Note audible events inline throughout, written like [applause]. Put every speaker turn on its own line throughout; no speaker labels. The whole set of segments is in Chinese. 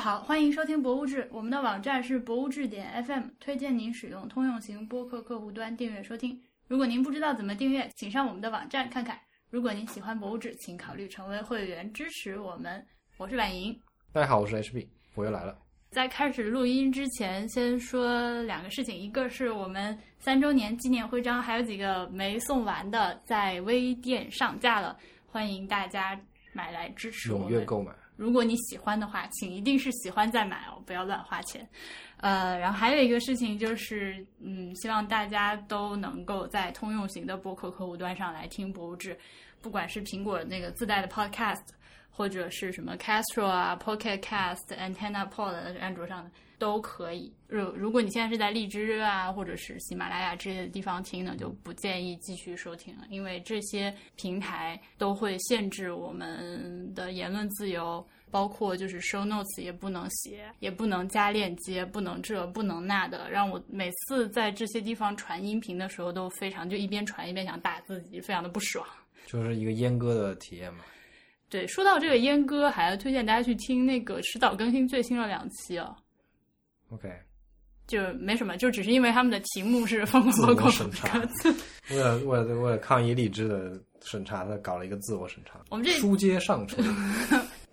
好，欢迎收听《博物志》，我们的网站是博物志点 FM，推荐您使用通用型播客客户端订阅收听。如果您不知道怎么订阅，请上我们的网站看看。如果您喜欢《博物志》，请考虑成为会员支持我们。我是婉莹。
大家好，我是 HB，我又来了。
在开始录音之前，先说两个事情，一个是我们三周年纪念徽章还有几个没送完的，在微店上架了，欢迎大家买来支持我
踊跃
们。
购买，
如果你喜欢的话，请一定是喜欢再买哦，不要乱花钱。呃，然后还有一个事情就是，嗯，希望大家都能够在通用型的播客客户端上来听博物志，不管是苹果那个自带的 Podcast，或者是什么 Castro 啊、Pocket Cast、Antenna Pod 安卓上的都可以。如如果你现在是在荔枝啊，或者是喜马拉雅这些地方听呢，就不建议继续收听了，因为这些平台都会限制我们的言论自由，包括就是 show notes 也不能写，也不能加链接，不能这不能那的，让我每次在这些地方传音频的时候都非常就一边传一边想打自己，非常的不爽。
就是一个阉割的体验嘛。
对，说到这个阉割，还推荐大家去听那个迟早更新最新的两期哦，
OK，
就没什么，就只是因为他们的题目是疯狂
自
疯
我
狂
审查为了为了为了抗议荔枝的审查，他搞了一个自我审查。
我们这
书接上书，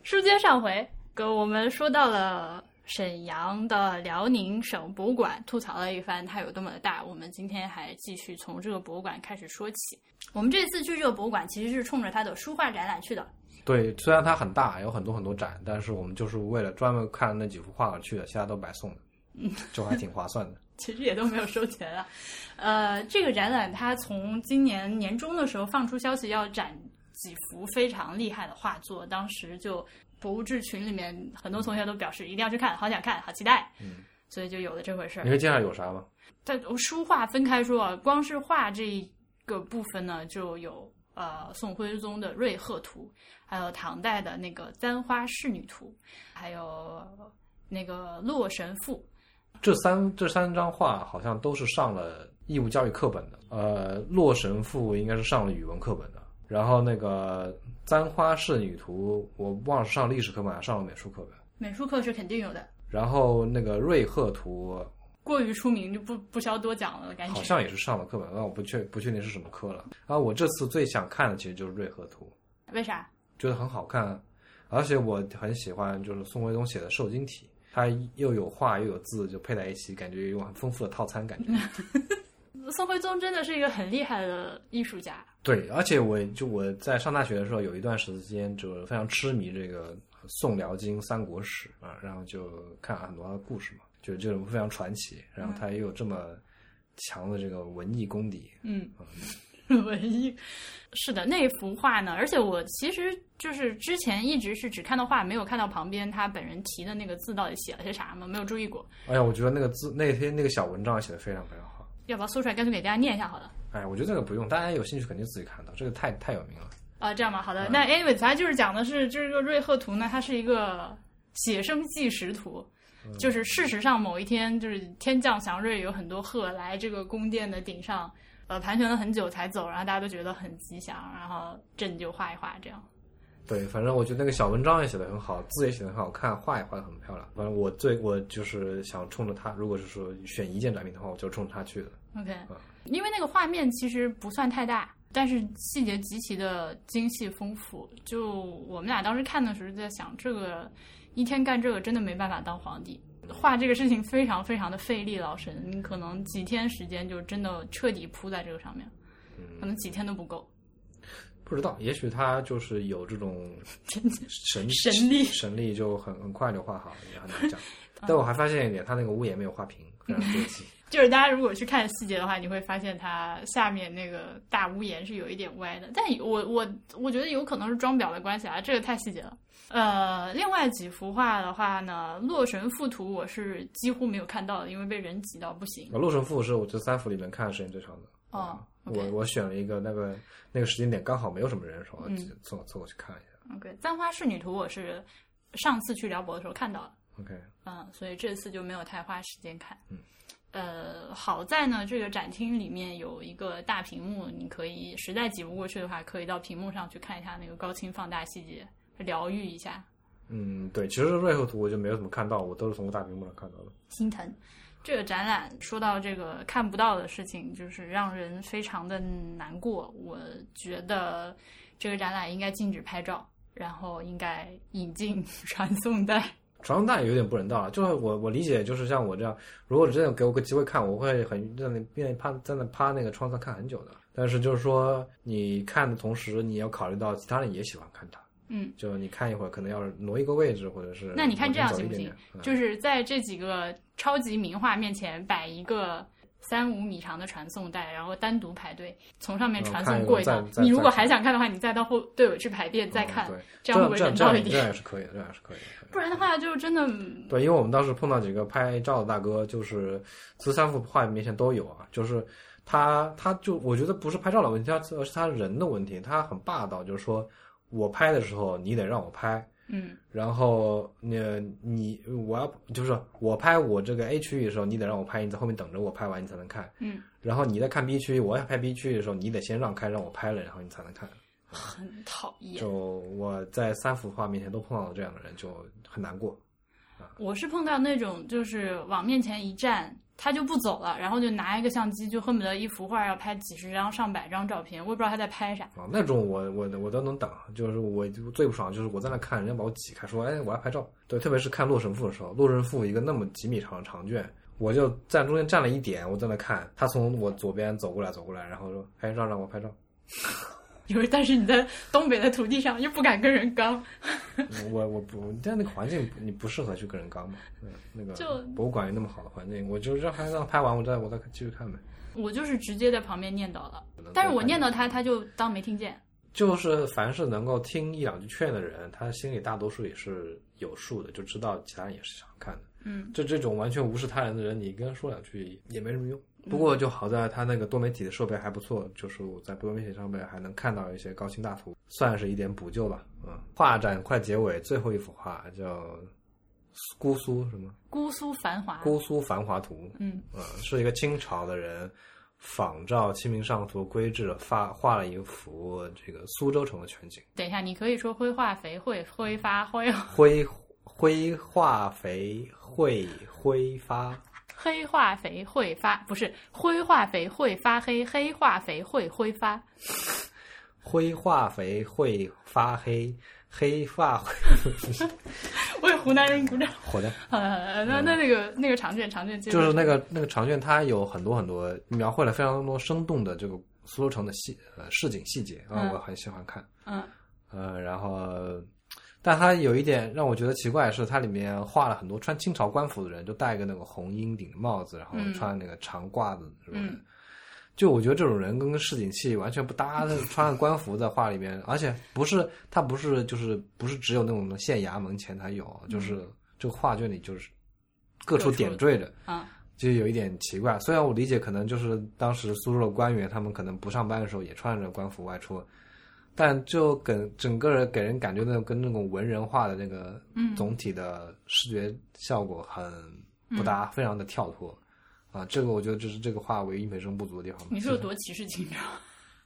书接上回，哥，我们说到了沈阳的辽宁省博物馆，吐槽了一番它有多么的大。我们今天还继续从这个博物馆开始说起。我们这次去这个博物馆，其实是冲着它的书画展览去的。
[laughs] 对，虽然它很大，有很多很多展，但是我们就是为了专门看那几幅画而去的，其他都白送的，
嗯
就还挺划
[laughs]
算的。
其实也都没有收钱啊。呃，这个展览它从今年年中的时候放出消息要展几幅非常厉害的画作，当时就博物志群里面很多同学都表示一定要去看，好想看，好期待。
嗯，
所以就有了这回事
你
儿。
会介绍有啥吗？
但书画分开说啊，光是画这一个部分呢，就有呃宋徽宗的《瑞鹤图》，还有唐代的那个《簪花仕女图》，还有那个《洛神赋》。
这三这三张画好像都是上了义务教育课本的，呃，《洛神赋》应该是上了语文课本的，然后那个《簪花仕女图》，我忘了是上历史课本还是上了美术课本，
美术课是肯定有的，
然后那个《瑞鹤图
过于出名就不不需要多讲了，感》觉
好像也是上了课本，但我不确不确定是什么科了。啊，我这次最想看的其实就是《瑞鹤图
为啥？》，
觉得很好看，啊而且我很喜欢就是宋徽宗写的瘦金体，它又有画又有字，就配在一起，感觉有很丰富的套餐感觉。
宋徽宗真的是一个很厉害的艺术家， [laughs]
对，而且我就我在上大学的时候，有一段时间就是非常痴迷这个宋辽金三国史啊，然后就看了很多他的故事嘛，就是这种非常传奇，然后他也有这么强的这个文艺功底，
嗯，文艺是的，那幅画呢？而且我其实就是之前一直是只看到画，没有看到旁边他本人提的那个字到底写了些啥嘛，没有注意过。
哎呀，我觉得那个字那篇那个小文章写的非常非常好。
要不要搜出来，干脆给大家念一下好了？
哎，我觉得这个不用，大家有兴趣肯定自己看到，这个太太有名了。
啊，这样吧，好的。那 anyway，它就是讲的是这个瑞鹤图呢，它是一个写生纪实图，就是事实上某一天，就是天降祥瑞，有很多鹤来这个宫殿的顶上，呃，盘旋了很久才走，然后大家都觉得很吉祥，然后朕就画一画这样。
对，反正我觉得那个小文章也写的很好，字也写的很好看，画也画的很漂亮。反正我最我就是想冲着它，如果是说选一件展品的话，我就冲着它去的。
OK，
嗯
因为那个画面其实不算太大，但是细节极其的精细丰富。就我们俩当时看的时候就在想，这个一天干这个真的没办法当皇帝。画这个事情非常非常的费力劳神，你可能几天时间就真的彻底扑在这个上面，可能几天都不够。
不知道，也许他就是有这种神
神力
神力就很很快就画好了，也很难讲。但我还发现一点，他那个屋檐没有画平，非常过激。
就是大家如果去看细节的话，你会发现它下面那个大屋檐是有一点歪的，但我我我觉得有可能是装裱的关系啊，这个太细节了。呃，另外几幅画的话呢，《洛神赋图》我是几乎没有看到的，因为被人挤到不行。
《洛神赋》是我这三幅里面看的时间最长的。
哦
嗯
OK
我我选了一个那个那个时间点刚好没有什么人的时候，我就凑凑过去看一下。
OK，《簪花仕女图》我是上次去辽博的时候看到的，
OK，
嗯，所以这次就没有太花时间看。
嗯，
呃，好在呢，这个展厅里面有一个大屏幕，你可以实在挤不过去的话，可以到屏幕上去看一下那个高清放大细节，疗愈一下。
嗯，对，其实瑞后图我就没有怎么看到，我都是从大屏幕上看到的。
心疼。这个展览说到这个看不到的事情，就是让人非常的难过。我觉得这个展览应该禁止拍照，然后应该引进 [laughs] 传送带。
传送带有点不人道了，就是我我理解，就是像我这样，如果真的给我个机会看，我会很在那愿意趴在那趴那个窗上看很久的。但是就是说，你看的同时，你要考虑到其他人也喜欢看它，
嗯，
就你看一会儿，可能要是挪一个位置，或者是
那你看
往
这样
前走
行
一
不
点
行
点？嗯
就是在这几个超级名画面前摆一个三五米长的传送带，然后单独排队，从上面传送过一道
嗯看一。个再
你如果
再
还想看的话，你再到后队尾去排队再看
嗯，对，
这
样
样会不会
这样
人
这
道一
样这样
点？
也是可以的，这样也是可以的。
不然的话，就真的嗯
对，因为我们当时碰到几个拍照的大哥，就是这三幅画面前都有啊，就是他他就我觉得不是拍照的问题，他而是他人的问题，他很霸道，就是说我拍的时候你得让我拍，
嗯
然后你你我要就是我拍我这个 A 区域的时候，你得让我拍，你在后面等着我拍完你才能看，
嗯，
然后你在看 B 区，我要拍 B 区的时候，你得先让开让我拍了，然后你才能看。
很讨厌。
就我在三幅画面前都碰到了这样的人，就很难过。
我是碰到那种就是往面前一站，他就不走了，然后就拿一个相机，就恨不得一幅画要拍几十张、上百张照片，我也不知道他在拍啥。
啊，那种我我我都能挡，就是我就最不爽就是我在那看人家把我挤开，说哎我要拍照，对，特别是看《洛神赋》的时候，《洛神赋》一个那么几米长的长卷，我就站中间站了一点，我在那看，他从我左边走过来走过来，然后说哎让让我拍照，
就是，但是你在东北的土地上又不敢跟人刚，
我我不，但那个环境你不适合去跟人刚嘛，嗯，那个
就
博物馆有那么好的环境，我就让他让他拍完，我再我再继续看呗。
我就是直接在旁边念叨了。但是我念叨他，他就当没听见。
就是凡是能够听一两句劝的人，他心里大多数也是有数的，就知道其他人也是想看的。
嗯，
就这种完全无视他人的人，你跟他说两句也没什么用。不过就好在他那个多媒体的设备还不错，就是我在多媒体上面还能看到一些高清大图，算是一点补救吧。嗯，画展快结尾，最后一幅画叫《姑苏什么
姑苏繁华，
姑苏繁华图》，
嗯，
嗯，是一个清朝的人仿照《清明上河图》规制发画了一幅这个苏州城的全景，
等一下，你可以说灰化肥会挥发灰 [laughs]
灰灰化肥会挥发。
黑化肥会发，不是灰化肥会发黑，黑化肥会挥发。 [laughs]
灰化肥会发黑，黑化会
为湖南人鼓掌。 [laughs]
[laughs] 火的，
呃，那那那个那个长卷，长卷接着
嗯就是那个那个长卷，它有很多很多描绘了非常多生动的这个苏州城的细呃市井细节啊，
嗯
我很喜欢看。
嗯
呃，然后，但它有一点让我觉得奇怪的是，它里面画了很多穿清朝官服的人，就戴一个那个红缨顶的帽子，然后
嗯
穿那个长褂子什么的。
嗯
就我觉得这种人跟市井气完全不搭，他穿着官服在画里面，而且不是他不是就是不是只有那种县衙门前才有，就是这个画卷里就是各处
各处
点缀着，
啊，
就有一点奇怪。虽然我理解，可能就是当时苏州的官员，他们可能不上班的时候也穿着官服外出，但就给整个人给人感觉那种跟那种文人画的那个
嗯
总体的视觉效果很不搭，非常的跳脱。啊，这个我觉得这是这个画唯一美中不足的地方。
你是有多歧视清朝？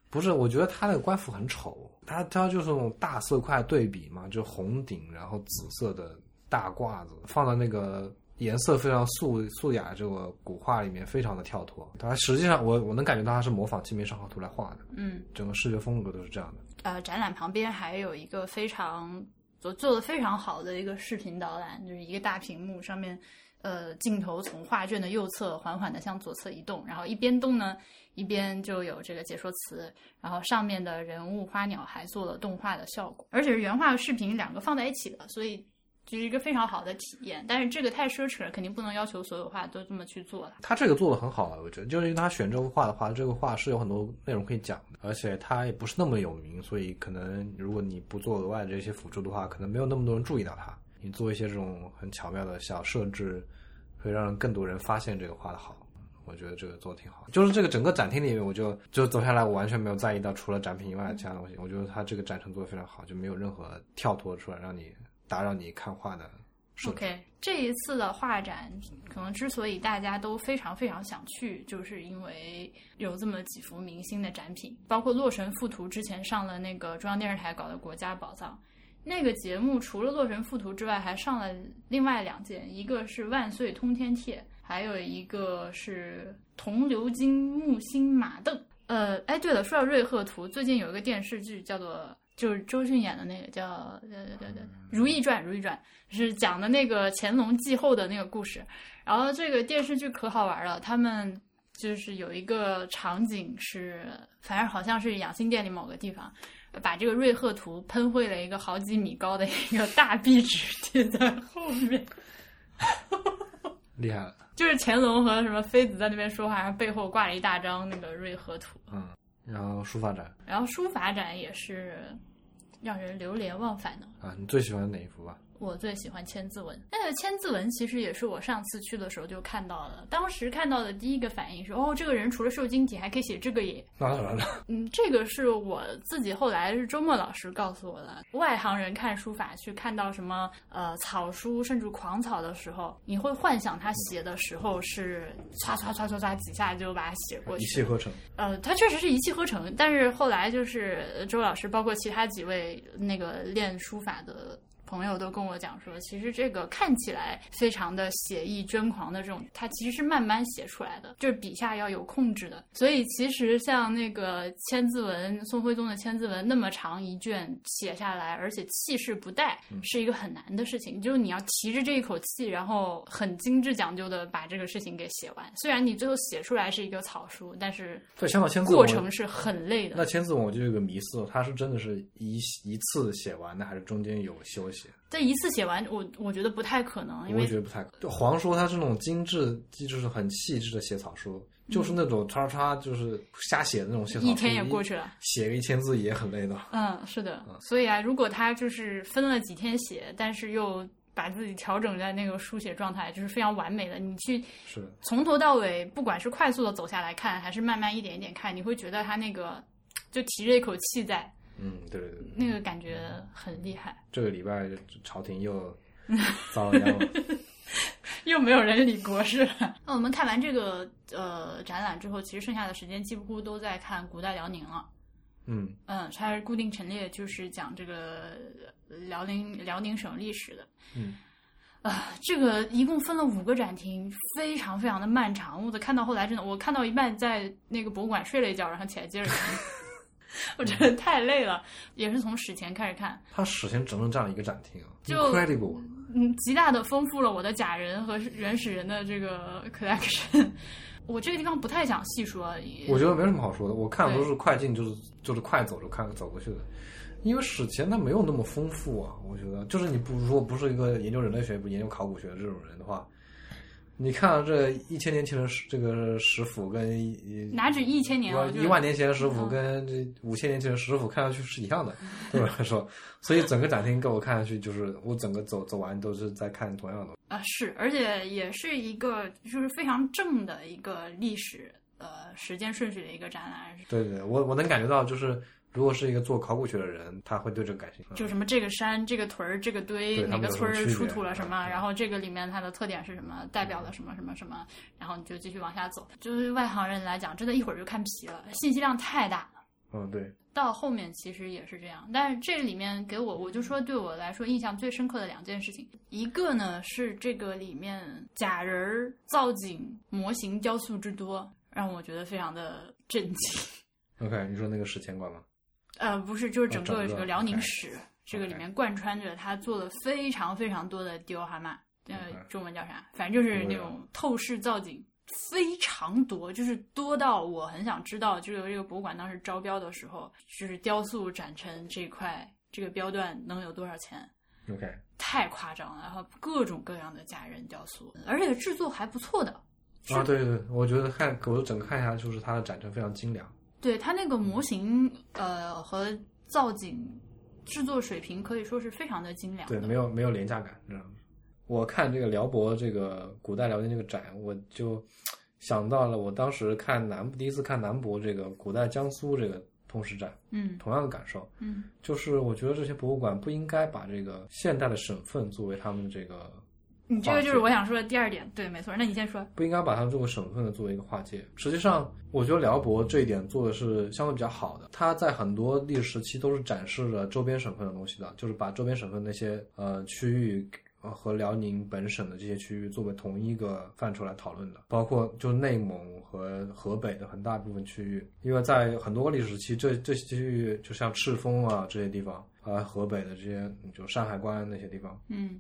不是，我觉得他那个官服很丑，他他就是那种大色块对比嘛，就红顶，然后紫色的大褂子，放到那个颜色非常素素雅这个古画里面，非常的跳脱。它实际上我我能感觉到他是模仿《清明上河图》来画的，
[laughs] 嗯，
整个视觉风格都是这样的。
呃，展览旁边还有一个非常做做的非常好的一个视频导览，就是一个大屏幕上面，呃，镜头从画卷的右侧缓缓的向左侧移动，然后一边动呢，一边就有这个解说词，然后上面的人物花鸟还做了动画的效果，而且是原画和视频两个放在一起的，所以。就是一个非常好的体验，但是这个太奢侈了，肯定不能要求所有画都这么去做了。
他这个做的很好啊，我觉得，就是因为他选这幅画的话，这个画是有很多内容可以讲的，而且他也不是那么有名，所以可能如果你不做额外的这些辅助的话，可能没有那么多人注意到他。你做一些这种很巧妙的小设置，会让更多人发现这个画的好。我觉得这个做的挺好，就是这个整个展厅里面，我就就走下来，我完全没有在意到除了展品以外的其他东西。我觉得他这个展陈做的非常好，就没有任何跳脱出来让你打扰你看画的设置。
OK，这一次的画展，可能之所以大家都非常非常想去，就是因为有这么几幅明星的展品，包括《洛神赋图》之前上了那个中央电视台搞的国家宝藏，那个节目除了《洛神赋图》之外，还上了另外两件，一个是《万岁通天帖》，还有一个是《铜鎏金木星马镫》。呃，哎，对了，说到瑞鹤图，最近有一个电视剧叫做。就是周迅演的那个叫呃对对《如懿传》，《如懿传》是讲的那个乾隆继后的那个故事。然后这个电视剧可好玩了，他们就是有一个场景是，反正好像是养心殿里某个地方，把这个瑞鹤图喷绘了一个好几米高的一个大壁纸贴在后面，
厉害了，
就是乾隆和什么妃子在那边说话，然后背后挂了一大张那个瑞鹤图。
嗯。然后书法展
然后书法展也是让人流连忘返的。
啊，你最喜欢哪一幅吧？
我最喜欢千字文，那个千字文其实也是我上次去的时候就看到了，当时看到的第一个反应是，哦，这个人除了瘦金体还可以写这个耶。
那当然了，
嗯，这个是我自己后来是周末老师告诉我的。外行人看书法去看到什么呃草书甚至狂草的时候，你会幻想他写的时候是唰唰唰唰唰几下就把它写过去
一，气呵成。
呃，它确实是一气呵成，但是后来就是呃周老师，包括其他几位那个练书法的朋友都跟我讲说，其实这个看起来非常的写意狷狂的这种，它其实是慢慢写出来的，就是笔下要有控制的。所以其实像那个千字文，宋徽宗的千字文那么长一卷写下来，而且气势不带，是一个很难的事情。就是你要提着这一口气，然后很精致讲究的把这个事情给写完。虽然你最后写出来是一个草书，但是
对，想到千字
过
文，
程是很累
那
的。
千字文我就有个迷思，它是真的是一一次写完的，还是中间有休息？
这一次写完，我我觉得不太可能，因
我也
为
觉得不太可能。就黄说他这种精致、就是很细致的写草书，就是那种叉叉就是瞎写的那种写草
嗯
书，
一天也过去了。
写个一千字也很累的。
嗯，是的。所以啊，如果他就是分了几天写，但是又把自己调整在那个书写状态，就是非常完美的。你去
是的，
从头到尾，不管是快速的走下来看，还是慢慢一点一点看，你会觉得他那个就提着一口气在，
嗯，对对对。
那个感觉很厉害。
这个礼拜朝
[laughs]
廷又遭殃了。
又没有人理国事了。那我们看完这个呃展览之后，其实剩下的时间几乎都在看古代辽宁了。
嗯，
嗯，它是固定陈列，就是讲这个呃辽宁辽宁省历史的。
嗯，
啊、这个一共分了五个展厅，非常非常的漫长。我的看到后来真的，我看到一半在那个博物馆睡了一觉，然后起来接着看。
[laughs]
我真的太累了，也是从史前开始看，
他史前整整占了一个展厅啊
就
，incredible。
嗯，极大的丰富了我的假人和原始人的这个 collection。我这个地方不太想细说，也
我觉得没什么好说的。我看的都是快进，就是就是快走着看走过去的，因为史前它没有那么丰富啊。我觉得，就是你不如果不是一个研究人类学、不研究考古学这种人的话，你看这一千年前的石这个石斧跟一
哪止一千年啊，
不
就是
一万年前的石斧跟这五千年前的石斧看上去是一
[laughs]
样的，对我来说，所以整个展厅给我看上去就是我整个走走完都是在看同样的东西。
啊、是，而且也是一个就是非常正的一个历史呃时间顺序的一个展览，
对对，我我能感觉到，就是如果是一个做考古学的人，他会对这个感兴趣。
就什么这个山、这个屯儿、这个堆，
对
哪
他们
个
有什
村
么
儿
区
出
别
土了什么，
嗯
然后这个里面它的特点是什么，代表了什么什么什么，然后你就继续往下走。就是外行人来讲，真的一会儿就看疲了，信息量太大。
嗯，对。
到后面其实也是这样，但是这里面给我，我就说对我来说印象最深刻的两件事情，一个呢是这个里面假人儿造景模型雕塑之多，让我觉得非常的震惊。
OK，你说那个史前馆吗？
呃，不是，就是整
整
个
个
这个辽宁
OK
史这个里面贯穿着他做了非常非常多的雕蛤蟆，呃
OK，
中文叫啥？反正就是那种透视造景。非常多，就是多到我很想知道，这个这个博物馆当时招标的时候，就是雕塑展陈这块这个标段能有多少钱？
OK，
太夸张了！然后各种各样的假人雕塑，而且制作还不错的。是
啊，对对对，我觉得看我整个看下来，就是它的展陈非常精良。
对它那个
嗯
模型，呃，和造景制作水平可以说是非常的精良
对，
的。
没有没有廉价感，你知道吗？我看这个辽博这个古代辽宁这个展，我就想到了我当时看南第一次看南博这个古代江苏这个通史展，
嗯
同样的感受，
嗯，
就是我觉得这些博物馆不应该把这个现代的省份作为他们这个
你这个就是
划界
我想说的第二点，对，没错。那你先说，
不应该把它这个省份的作为一个划界。实际上，我觉得辽博这一点做的是相对比较好的，它在很多历史时期都是展示了周边省份的东西的，就是把周边省份那些呃区域。呃和辽宁本省的这些区域作为同一个范畴来讨论的，包括就内蒙和河北的很大部分区域，因为在很多个历史时期，这这些区域就像赤峰啊这些地方，啊河北的这些就山海关那些地方，
嗯，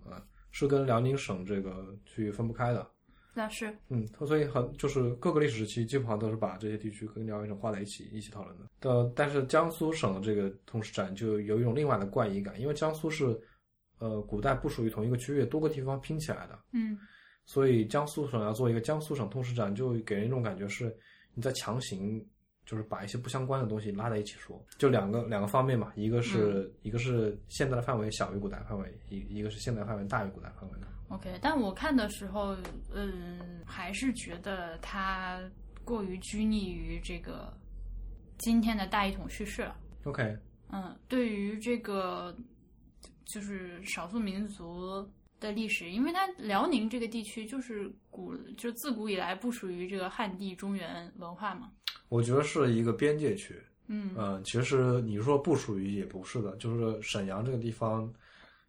是跟辽宁省这个区域分不开的。
那是
嗯，它所以很就是各个历史时期基本上都是把这些地区跟辽宁省画在一起一起讨论的。呃，但是江苏省的这个通史展就有一种另外的怪异感，因为江苏是呃古代不属于同一个区域，多个地方拼起来的，
嗯，
所以江苏省要做一个江苏省通史展，就给人一种感觉是你在强行。就是把一些不相关的东西拉在一起说，就两个两个方面嘛，一个是、一个是现代的范围小于古代范围，一一个是现代范围大于古代范围。
OK，但我看的时候，嗯，还是觉得它过于拘泥于这个今天的大一统叙事了。
OK，
嗯，对于这个就是少数民族的历史，因为它辽宁这个地区就是古就自古以来不属于这个汉地中原文化嘛。
我觉得是一个边界区，
嗯
嗯，其实你说不属于也不是的，就是沈阳这个地方，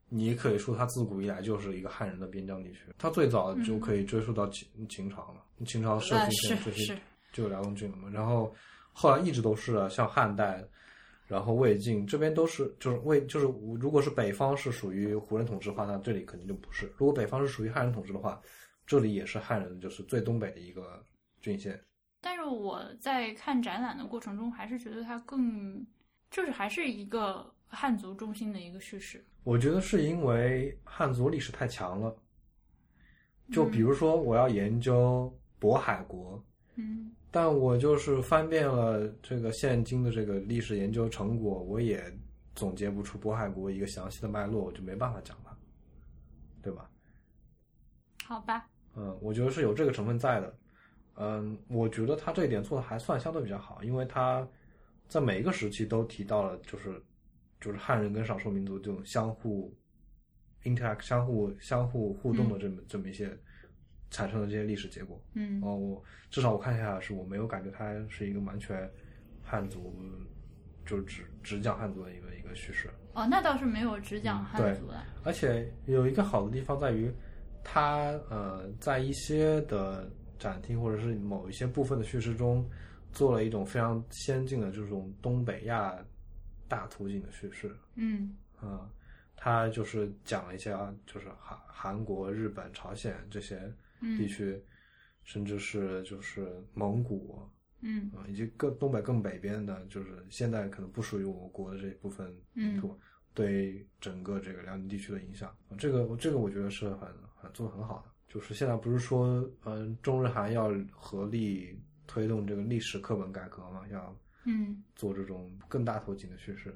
你可以说它自古以来就是一个汉人的边疆地区，它最早就可以追溯到秦、秦朝了，秦朝设
呃，
计
嗯是
这些
是，
就有辽东郡了嘛，然后后来一直都是啊，像汉代。然后魏晋这边都是，就是魏，就是如果是北方是属于胡人统治的话，那这里肯定就不是；如果北方是属于汉人统治的话，这里也是汉人，就是最东北的一个郡县。
但是我在看展览的过程中，还是觉得它更就是还是一个汉族中心的一个叙事。
我觉得是因为汉族历史太强了。就比如说，我要研究渤海国，
嗯。
但我就是翻遍了这个现今的这个历史研究成果，我也总结不出渤海国一个详细的脉络，我就没办法讲它，对吧？
好吧，
嗯，我觉得是有这个成分在的。嗯，我觉得他这一点做的还算相对比较好，因为他在每一个时期都提到了，就是就是汉人跟少数民族这种相互 interact、相互相互互动的这么、这么一些产生的这些历史结果。
嗯
哦，我至少我看下来是我没有感觉它是一个完全汉族，就是只只讲汉族的一个一个叙事。
哦，那倒是没有只
嗯
讲汉族的，
而且有一个好的地方在于，它呃，在一些的展厅或者是某一些部分的叙事中，做了一种非常先进的这种东北亚大图景的叙事
嗯
啊、呃它就是讲了一下就是韩韩国、日本、朝鲜这些地
嗯
区，甚至是就是蒙古
嗯
啊、呃以及更东北更北边的，就是现在可能不属于我国的这一部分领土，对整个这个辽宁地区的影响，呃这个这个我觉得是很很做的很好的。就是现在不是说，嗯、中日韩要合力推动这个历史课本改革嘛，要
嗯
做这种更大头景的叙事。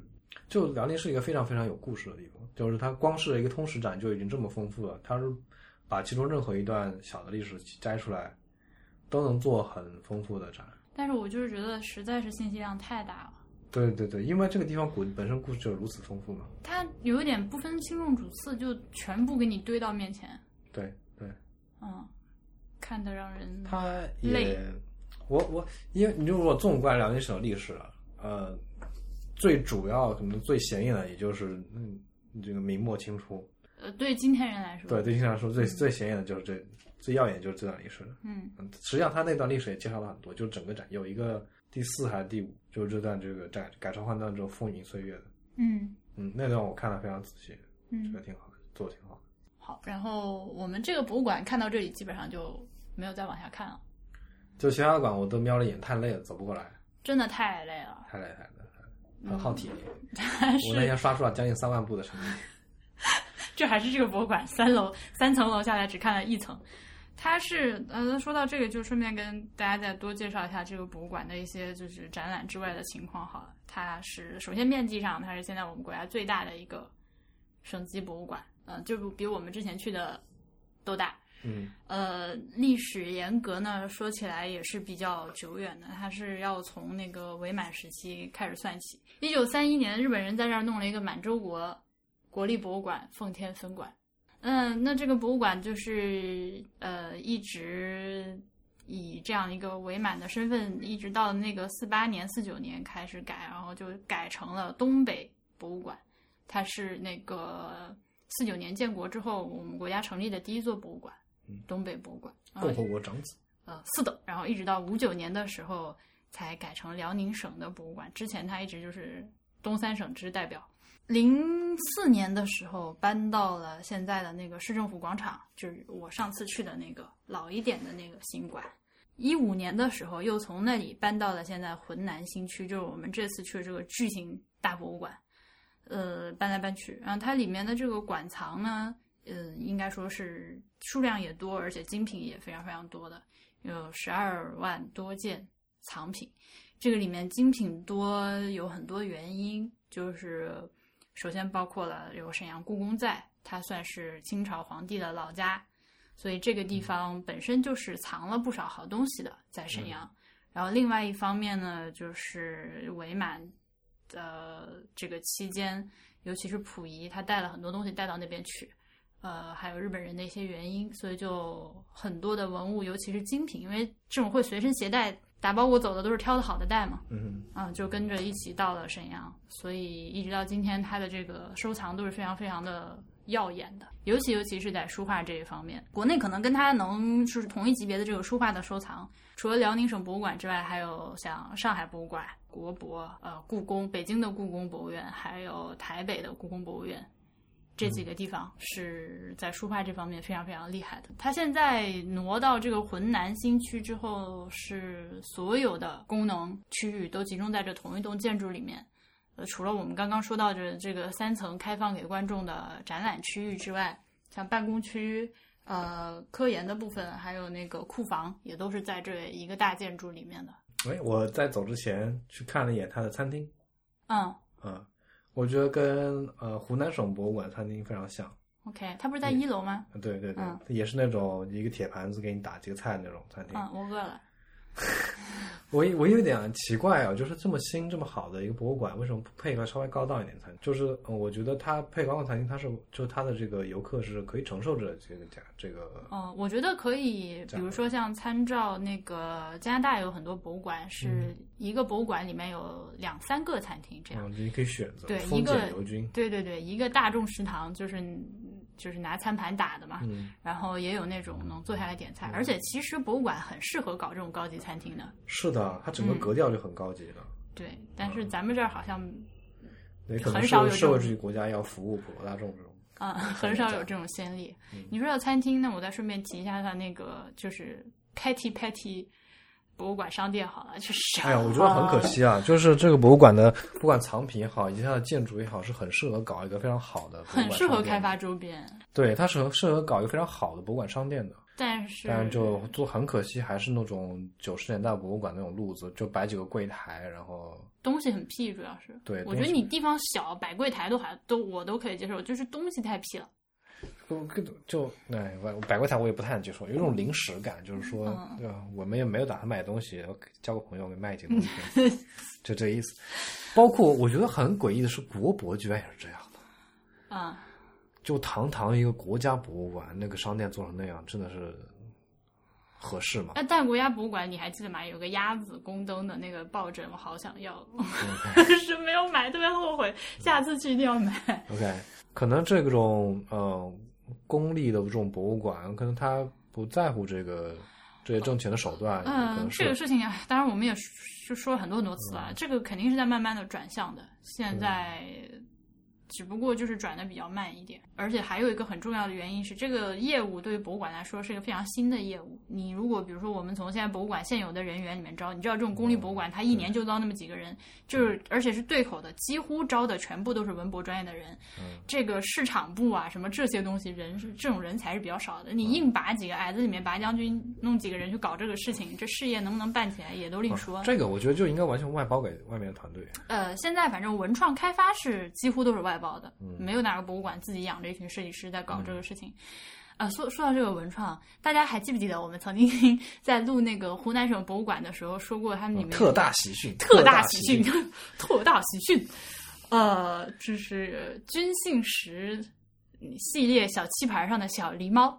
就辽宁是一个非常非常有故事的地方，就是它光是一个通史展就已经这么丰富了，它是把其中任何一段小的历史摘出来，都能做很丰富的展。
但是我就是觉得实在是信息量太大了，
对对对，因为这个地方古本身故事就如此丰富嘛。
它有一点不分轻重主次，就全部给你堆到面前，
对对，
嗯，看得让人
他
嗯累
也，我我，因为你如果纵观辽宁省的历史啊，呃，最主要可能最显眼的也就是嗯这个明末清初，
呃，对今天人来说，
对，对清来说最最显眼的就是这最耀眼就是这段历史了。
嗯
嗯，实际上他那段历史也介绍了很多，就是整个展有一个第四还是第五，就是这段这个改改朝换代之后风云岁月的，
嗯
嗯，那段我看的非常仔细，觉得
嗯，
挺好的，做的挺好的。
好，然后我们这个博物馆看到这里，基本上就没有再往下看了，
就其他的馆我都瞄了一眼，太累了，走不过来，
真的太累了，
太累太累了，很耗体力。
嗯但
我那
是
天刷出了将近三万步的成绩。
这还是这个博物馆三楼三层楼下来只看了一层。它是呃，说到这个，就顺便跟大家再多介绍一下这个博物馆的一些就是展览之外的情况好了。它是首先面积上，它是现在我们国家最大的一个省级博物馆，呃，就比我们之前去的都大。
嗯
呃，历史沿革呢，说起来也是比较久远的，它是要从那个伪满时期开始算起。一九三一年，日本人在这儿弄了一个满洲国国立博物馆奉天分馆。嗯，那这个博物馆就是呃一直以这样一个伪满的身份，一直到那个四八年、四九年开始改，然后就改成了东北博物馆。它是那个四九年建国之后，我们国家成立的第一座博物馆
嗯，哦
东北博物馆。然后
共和国长子，
呃，是的，然后一直到五九年的时候才改成辽宁省的博物馆，之前它一直就是东三省之代表。零四年的时候搬到了现在的那个市政府广场，就是我上次去的那个老一点的那个新馆。一五年的时候又从那里搬到了现在浑南新区，就是我们这次去的这个巨型大博物馆。呃，搬来搬去，然后它里面的这个馆藏呢，呃，应该说是数量也多，而且精品也非常非常多的。有十二万多件藏品。这个里面精品多有很多原因，就是首先包括了有沈阳故宫在，它算是清朝皇帝的老家，所以这个地方本身就是藏了不少好东西的，在沈阳。然后另外一方面呢，就是伪满的这个期间，尤其是溥仪，他带了很多东西带到那边去，呃，还有日本人的一些原因，所以就很多的文物，尤其是精品，因为这种会随身携带、打包我走的都是挑的好的带嘛，
嗯
啊，就跟着一起到了沈阳，所以一直到今天，它的这个收藏都是非常非常的耀眼的，尤其尤其是在书画这一方面，国内可能跟它能就是同一级别的这个书画的收藏，除了辽宁省博物馆之外，还有像上海博物馆、国博、呃故宫、北京的故宫博物院，还有台北的故宫博物院。这几个地方是在书画这方面非常非常厉害的。它现在挪到这个浑南新区之后，是所有的功能区域都集中在这同一栋建筑里面。呃，除了我们刚刚说到的这个三层开放给观众的展览区域之外，像办公区、呃科研的部分，还有那个库房，也都是在这一个大建筑里面的。
哼，哎，我在走之前去看了一眼他的餐厅
嗯
啊，我觉得跟呃湖南省博物馆餐厅非常像，
，OK，它不是在
嗯
一楼吗？
对对对，
嗯
也是那种一个铁盘子给你打几个菜那种餐厅。
嗯，我饿了。
我我有点奇怪啊，就是这么新这么好的一个博物馆，为什么不配个稍微高档一点的餐厅？就是呃我觉得它配高档餐厅，它是就是它的这个游客是可以承受着这个价这个
哦，我觉得可以，比如说像参照那个加拿大有很多博物馆，是一个博物馆里面有两三个餐厅这样。
嗯，你可以选择
啊对
丰
一个
俭由君，
对对对，一个大众食堂就是就是拿餐盘打的嘛，
嗯，
然后也有那种能坐下来点菜，而且其实博物馆很适合搞这种高级餐厅的。
是的，它整个
嗯
格调就很高级了。
对，但
嗯
是咱们这儿好像
也可能
很少有
是
这
社会
种
主义国家要服务普罗大众这种。
啊，很少有这种先例。
嗯
你说到餐厅，那我再顺便提一下它那个就是 Patty Patty 博物馆商店好了，就是
哎呀，我觉得很可惜啊，就是这个博物馆的，不管藏品也好，以及它的建筑也好，是很适合搞一个非常好的博物馆
很适合
商店
开
的。
发周边，
对，它是很适合搞一个非常好的博物馆商店的。
但是
但是就做很可惜，还是那种九十年代博物馆那种路子，就摆几个柜台，然后
东西很屁，主要是
对
我觉得
东西
你地方小，摆柜台都还都我都可以接受，就是东西太屁了。
就就哎，摆摆柜台我也不太能接受，有一种临时感，就是说，
嗯
对吧？我们也没有打算买东西，我交个朋友给卖几个东
嗯
西，就这意思。包括我觉得很诡异的是，国博居然也是这样的，哦
啊、
就堂堂一个国家博物馆，那个商店做成那样，真的是合适吗？
哎，但国家博物馆你还记得吗？有个鸭子宫灯的那个抱枕，我好想要， [laughs] 是没有买，特别后悔，下次去一定要买。
OK，可能这种呃公立的这种博物馆，可能他不在乎这个这些挣钱的手段，可
嗯，
能
这
是、嗯
个事情，哎当然我们也说就说了很多很多次了，这个肯定是在慢慢的转向的，现在只不过就是转的比较慢一点，而且还有一个很重要的原因是，这个业务对于博物馆来说是一个非常新的业务。你如果比如说我们从现在博物馆现有的人员里面招，你知道这种公立博物
嗯
馆它一年就招那么几个人，就是而且是对口的，几乎招的全部都是文博专业的人，
嗯
这个市场部啊什么这些东西人是这种人才是比较少的，
嗯
你硬拔几个矮子里面拔将军，弄几个人去搞这个事情，这事业能不能办起来也都另说。
嗯这个我觉得就应该完全外包给外面的团队。
呃，现在反正文创开发是几乎都是外包的，
嗯
没有哪个博物馆自己养着一群设计师在搞这个事情。啊，说说到这个文创，大家还记不记得我们曾经 [laughs] 在录那个湖南省博物馆的时候说过，他们里面
嗯特大喜讯，
特大
大
喜讯，， [laughs] 特大喜讯，呃，就是军信石系列小棋盘上的小狸猫，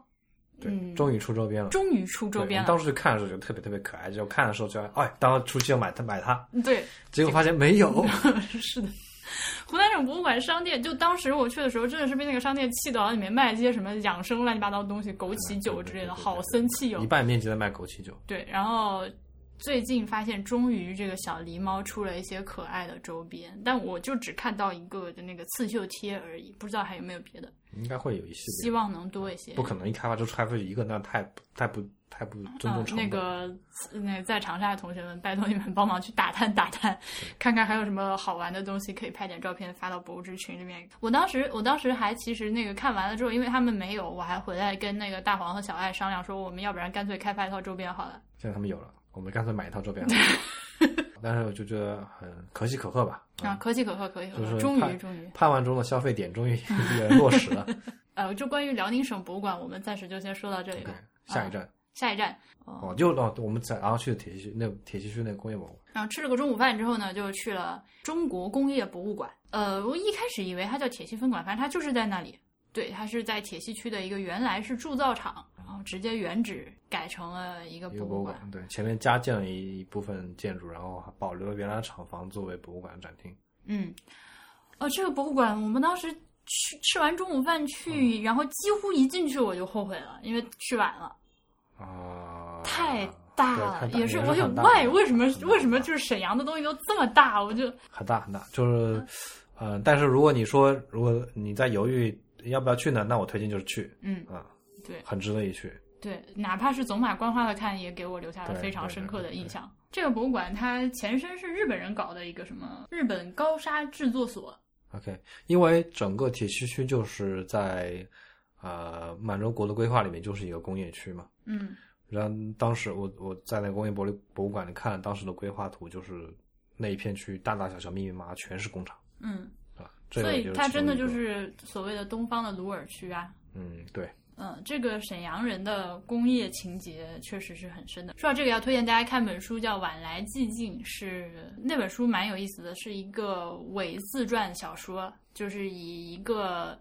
对，
嗯
终于出周边了。
终于出周
对
边了。
我们当时去看的时候就特别特别可爱，就看的时候就哎，当时出去要买它买它，
对，
结果发现没
[laughs]
有。
嗯是的，湖南省博物馆商店，就当时我去的时候，真的是被那个商店气到，里面卖一些什么养生乱七八糟的东西，枸杞酒之类的，好生气
一
哦。
半面积在卖枸杞酒，
对，然后最近发现，终于这个小狸猫出了一些可爱的周边，但我就只看到一个的那个刺绣贴而已，不知道还有没有别的，
应该会有一系列。
希望能多一些。
不可能一开发就开发一个，那太不太不太不尊重
嗯，
成本。
那个呃那在长沙的同学们，拜托你们帮忙去打探打探，看看还有什么好玩的东西，可以拍点照片发到博物志群里面。我当时我当时还其实那个看完了之后，因为他们没有，我还回来跟那个大黄和小爱商量说，我们要不然干脆开发一套周边好了。
现在他们有了，我们干脆买一套周边
[laughs]
好了。但是我就觉得很可喜可贺吧，
啊，可喜可贺，可喜可
嗯就
贺，
是
终
看
于终于。
盼望中的消费点终于 [laughs] 也落
[laughs]
实了。
呃，就关于辽宁省博物馆，我们暂时就先说到这里
OK，
吧。
下一站
下一站，
哦，又哦，我们再然后去铁西区那铁西区那个工业博物馆，
然后吃了个中午饭之后呢，就去了中国工业博物馆。呃，我一开始以为它叫铁西分馆，反正它就是在那里。对，它是在铁西区的一个原来是铸造厂，然后直接原址改成了一个
一个
博
博
物
物
馆。
馆，对，前面加建了一部分建筑，然后还保留了原来的厂房作为博物馆展厅。
嗯，哦，这个博物馆我们当时去吃完中午饭
嗯
去，然后几乎一进去我就后悔了，因为去晚了，
啊，
太大
对
了，
太
也是我
很
有
大
怪为什么
很大
为什么
很大
就是沈阳的东西都这么大，我就
很大很大，就是，
嗯
呃，但是如果你说如果你在犹豫要不要去呢，那我推荐就是去
嗯
啊，
对。
很值得一去。
对，哪怕是走马观花的看，也给我留下了
对
非常
对
深
对
刻的
对
印
对
象。这个博物馆它前身是日本人搞的一个什么日本高沙制作所，
OK，因为整个铁西区就是在呃满洲国的规划里面就是一个工业区嘛。
嗯，
然后当时我我在那个工业博物博物馆里看了当时的规划图，就是那一片区大大小小密密麻麻全是工厂
嗯，
啊。这个
所
也
以
是
它
其中
真的
一
就
个
是所谓的东方的鲁尔区啊。
嗯对，
嗯，这个沈阳人的工业情节确实是很深的。说到这个，要推荐大家看本书，叫《晚来寂静》，是那本书蛮有意思的，是一个伪自传小说，就是以一个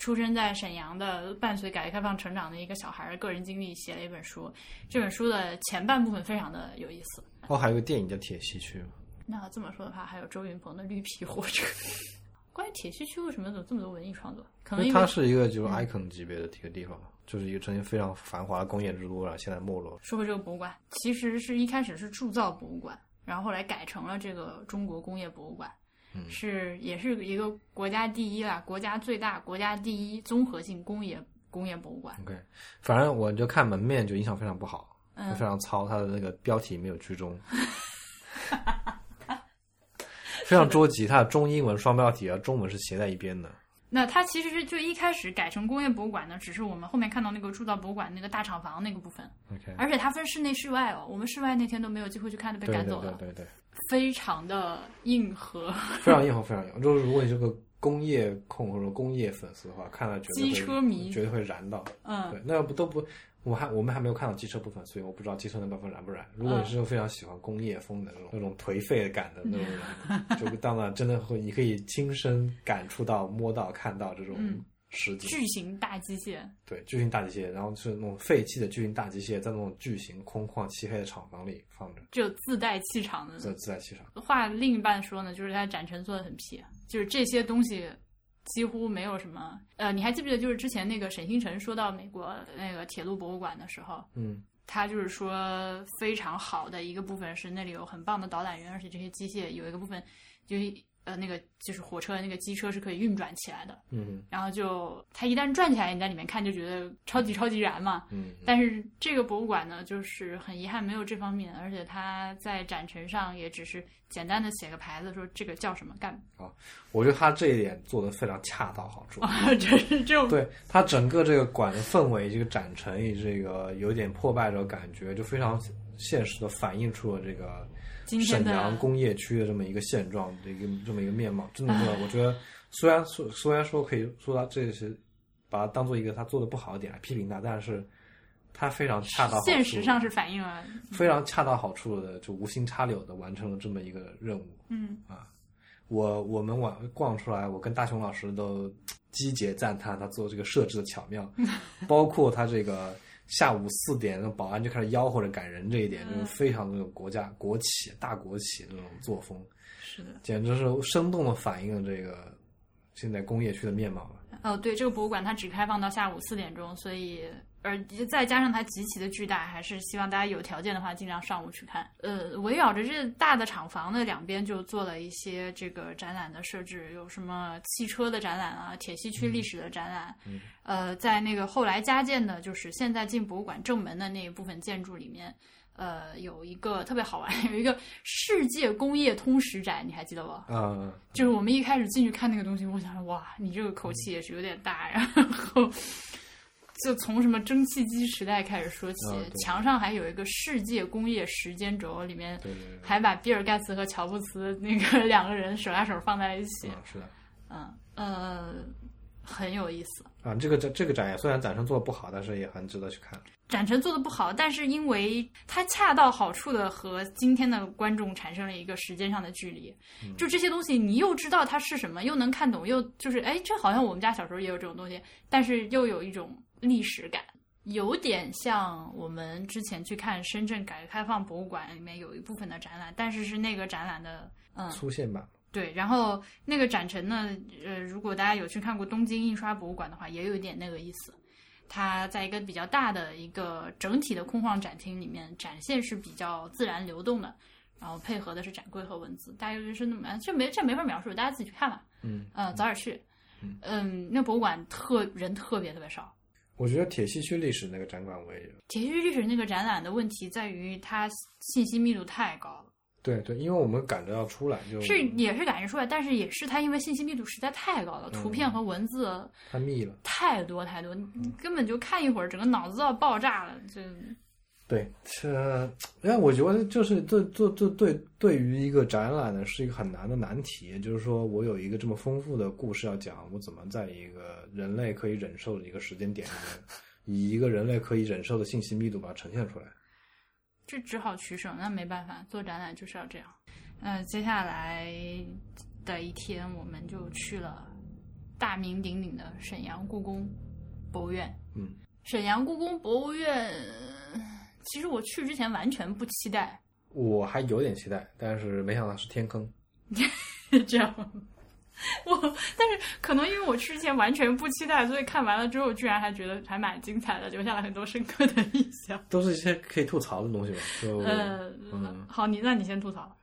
出生在沈阳的、伴随改革开放成长的一个小孩儿的个人经历写了一本书。这本书的前半部分非常的有意思。
哦还有个电影叫《铁西区》
嗯
嘛，
那这么说的话，还有周云鹏的《绿皮火车》。 [laughs] 关于铁西区为什么有这么多文艺创作？可
因
能
为
因
它
为嗯
是一个就是 icon 级别的一个地方，就是一个曾经非常繁华的工业之都，然后现在没落了。
说回这个博物馆，其实是一开始是铸造博物馆，然后后来改成了这个中国工业博物馆，
嗯
是也是一个国家第一啦，国家最大、国家第一综合性工业工业博物馆。
OK，反正我就看门面就印象非常不好，
嗯
非常糙，它的那个标题没有
[laughs]
居中，非常捉急。它的中英文双标题啊，中文是斜在一边的。
那它其实是就一开始改成工业博物馆呢，只是我们后面看到那个铸造博物馆那个大厂房那个部分，
OK，
而且它分室内室外哦，我们室外那天都没有机会去看，都被
对
赶
对
走
对
了，
对对，
非常的硬核。
非常硬核，非常硬核。就是如果你是个工业控或者工业粉丝的话，看了绝对会
机车迷
绝对会燃到。
嗯，
对，那不都不，我还我们还没有看到机车部分，所以我不知道机车那部分燃不燃。如果你是非常喜欢工业风的那种、那种颓废感的那种
[laughs]
人，就当然真的会，你可以亲身感触到、摸到、看到这种
嗯
实景。
巨型大机械，
对，巨型大机械，然后是那种废弃的巨型大机械，在那种巨型空旷漆黑的厂房里放着，
只有自带气场的
在自在气场。
话另一半说呢，就是它展陈做的很撇，就是这些东西几乎没有什么。呃，你还记不记得，就是之前那个沈星辰说到美国呃那个铁路博物馆的时候，
嗯，
他就是说非常好的一个部分是那里有很棒的导览员，而且这些机械有一个部分就是呃那个就是火车那个机车是可以运转起来的。
嗯
然后就它一旦转起来，你在里面看就觉得超级超级燃嘛。
嗯，
但是这个博物馆呢，就是很遗憾没有这方面，而且它在展陈上也只是简单的写个牌子，说这个叫什么干，
我觉得他这一点做的非常恰到好处。
[laughs] 这是这种
对它整个这个馆的氛围，这个展陈以这个有点破败者感觉，就非常现实的反映出了这个
今天
沈
的
阳工业区的这么一个现状的一个这么一个面貌。真的，真的，我觉得虽然说虽然说可以说它这是把它当做一个他做的不好的点来批评他，但是他非常恰到好处，
现实上是反映了，
非常恰到好处的，就无心插柳的完成了这么一个任务。
嗯，
我我们晚逛出来，我跟大雄老师都击节赞叹他做这个设置的巧 [laughs] 妙，包括他这个下午四点，那保安就开始吆喝着赶人这一点，就是非常那种国家国企大国企那种作风，
是的。
简直是生动的反映了这个现在工业区的面貌了。
哦，对，这个博物馆它只开放到下午四点钟，所以而再加上它极其的巨大，还是希望大家有条件的话尽量上午去看。呃，围绕着这大的厂房的两边就做了一些这个展览的设置，有什么汽车的展览啊，铁西区历史的展览，
嗯
呃，在那个后来加建的，就是现在进博物馆正门的那一部分建筑里面。呃，有一个特别好玩，有 [laughs] 一个世界工业通史展，你还记得不？
嗯，
就是我们一开始进去看那个东西，我想哇，你这个口气也是有点大， [laughs] 然后就从什么蒸汽机时代开始说起，
啊对
墙上还有一个世界工业时间轴，里面
对对对
还把比尔盖茨和乔布斯那个 [laughs] 两个人手拉手放在一起
对，，嗯是的。
嗯呃，很有意思。
啊，这个展这个展也虽然展示做的不好，但是也很值得去看。
展陈做的不好，但是因为它恰到好处的和今天的观众产生了一个时间上的距离，就这些东西你又知道它是什么，又能看懂，又就是哎，这好像我们家小时候也有这种东西，但是又有一种历史感，有点像我们之前去看深圳改革开放博物馆里面有一部分的展览，但是是那个展览的嗯
粗线版，
对，然后那个展陈呢，呃，如果大家有去看过东京印刷博物馆的话，也有一点那个意思。它在一个比较大的一个整体的空旷展厅里面，展现是比较自然流动的，然后配合的是展柜和文字，大家就是那么，啊这没这没法描述，大家自己去看吧。
嗯，
呃，早点去
嗯。
嗯，那博物馆特人特别特别少。
我觉得铁西区历史那个展馆我也有。
铁西历史那个展览的问题在于它信息密度太高了，
对对，因为我们赶着要出来，就是
也是感觉出来，但是也是它因为信息密度实在太高了，图片和文字
太密了。
太多太多，你根本就看一会儿，整个脑子都要爆炸了。就
对，这但呃我觉得就是这这这对对于一个展览呢是一个很难的难题，也就是说我有一个这么丰富的故事要讲，我怎么在一个人类可以忍受的一个时间点里面，以一个人类可以忍受的信息密度把它呈现出来。
这只好取舍，那没办法，做展览就是要这样。呃，接下来的一天，我们就去了大名鼎鼎的沈阳故宫博物院。
嗯，
沈阳故宫博物院，其实我去之前完全不期待 [laughs]
我还有点期待，但是没想到是天坑。
这样。我但是可能因为我去之前完全不期待，所以看完了之后，居然还觉得还蛮精彩的，留下了很多深刻的印象。
都是一些可以吐槽的东西吧，就、
呃，
嗯
好，你那你先吐槽。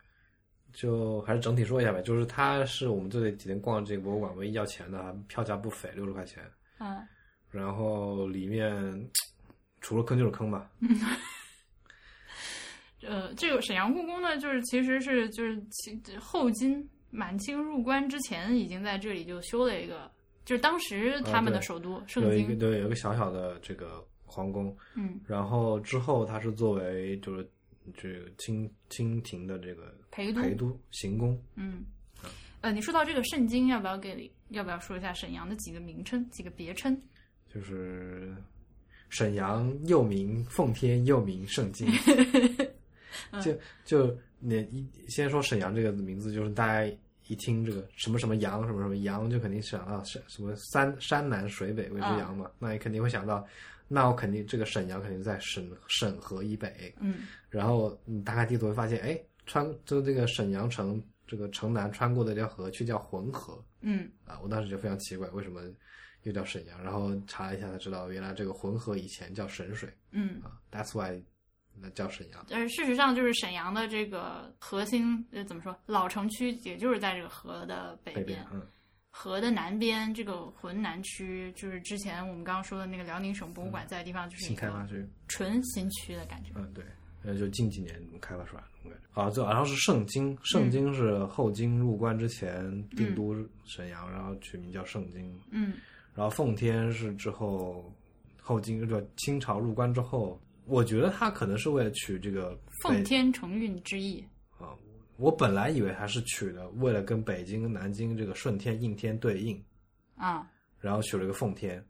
就还是整体说一下吧，就是它是我们这几天逛这个博物馆唯一要钱的，票价不菲，六十块钱，
嗯，
然后里面除了坑就是坑吧，
呃，这个沈阳故宫呢，就是其实是就是其后金满清入关之前，已经在这里就修了一个，就是当时他们的首都、盛
有一个
京。
对有一个小小的这个皇宫，
嗯，
然后之后它是作为就是这个清清廷的这个
陪都。
陪都行宫，
嗯，呃，你说到这个盛京，要不要给要不要说一下沈阳的几个名称、几个别称？
就是沈阳又名奉天，又名
[laughs]
圣经。就就你一先说沈阳这个名字，就是大家一听这个什么什么阳什么什么阳，就肯定想到什什么山山南水北谓之
啊
阳嘛，那你肯定会想到，那我肯定这个沈阳肯定在沈沈河以北，
嗯，
然后你打开地图会发现，哎，穿就这个沈阳城这个城南穿过的这条河却叫浑河，
嗯，
啊，我当时就非常奇怪，为什么又叫沈阳？然后查了一下才知道，原来这个浑河以前叫沈水
嗯。
啊，That's why 那叫沈阳。
呃，事实上，就是沈阳的这个核心，呃，怎么说，老城区，也就是在这个河的北
北
边
边，。嗯，
河的南边，这个浑南区，就是之前我们刚刚说的那个辽宁省博物馆在的地方，就是一
嗯新开发
个
区，
纯新区的感觉。
嗯，对，那就近几年开发出来的，我感觉。啊，这然后是盛京，盛京是后金入关之前定都沈阳，然后取名叫盛京。
嗯
然后奉天是之后后金，就清朝入关之后，我觉得他可能是为了取这个北
奉天承运之意。
啊，我本来以为它是取的，为了跟北京、南京这个顺天、应天对应，
啊，
然后取了个奉天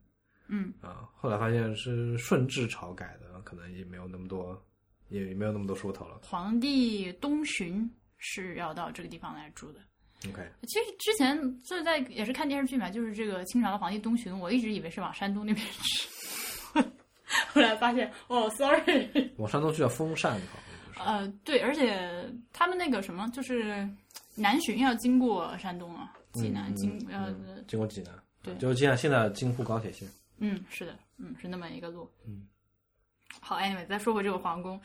嗯
啊。后来发现是顺治朝改的，可能也没有那么多，也没有那么多说头了。
皇帝东巡是要到这个地方来住的。
OK，
其实之前就是在也是看电视剧嘛，就是这个清朝的皇帝东巡，我一直以为是往山东那边去， [laughs] 后来发现哦，sorry， [laughs]
往山东去叫风扇，好像就是
呃，对，而且他们那个什么，就是南巡要经过山东啊，济南
嗯
经、
嗯
呃，
经过济南，啊
对
就是济南现在京沪高铁线，
嗯，是的，嗯，是那么一个路。
嗯，
好，anyway，再说回这个皇宫，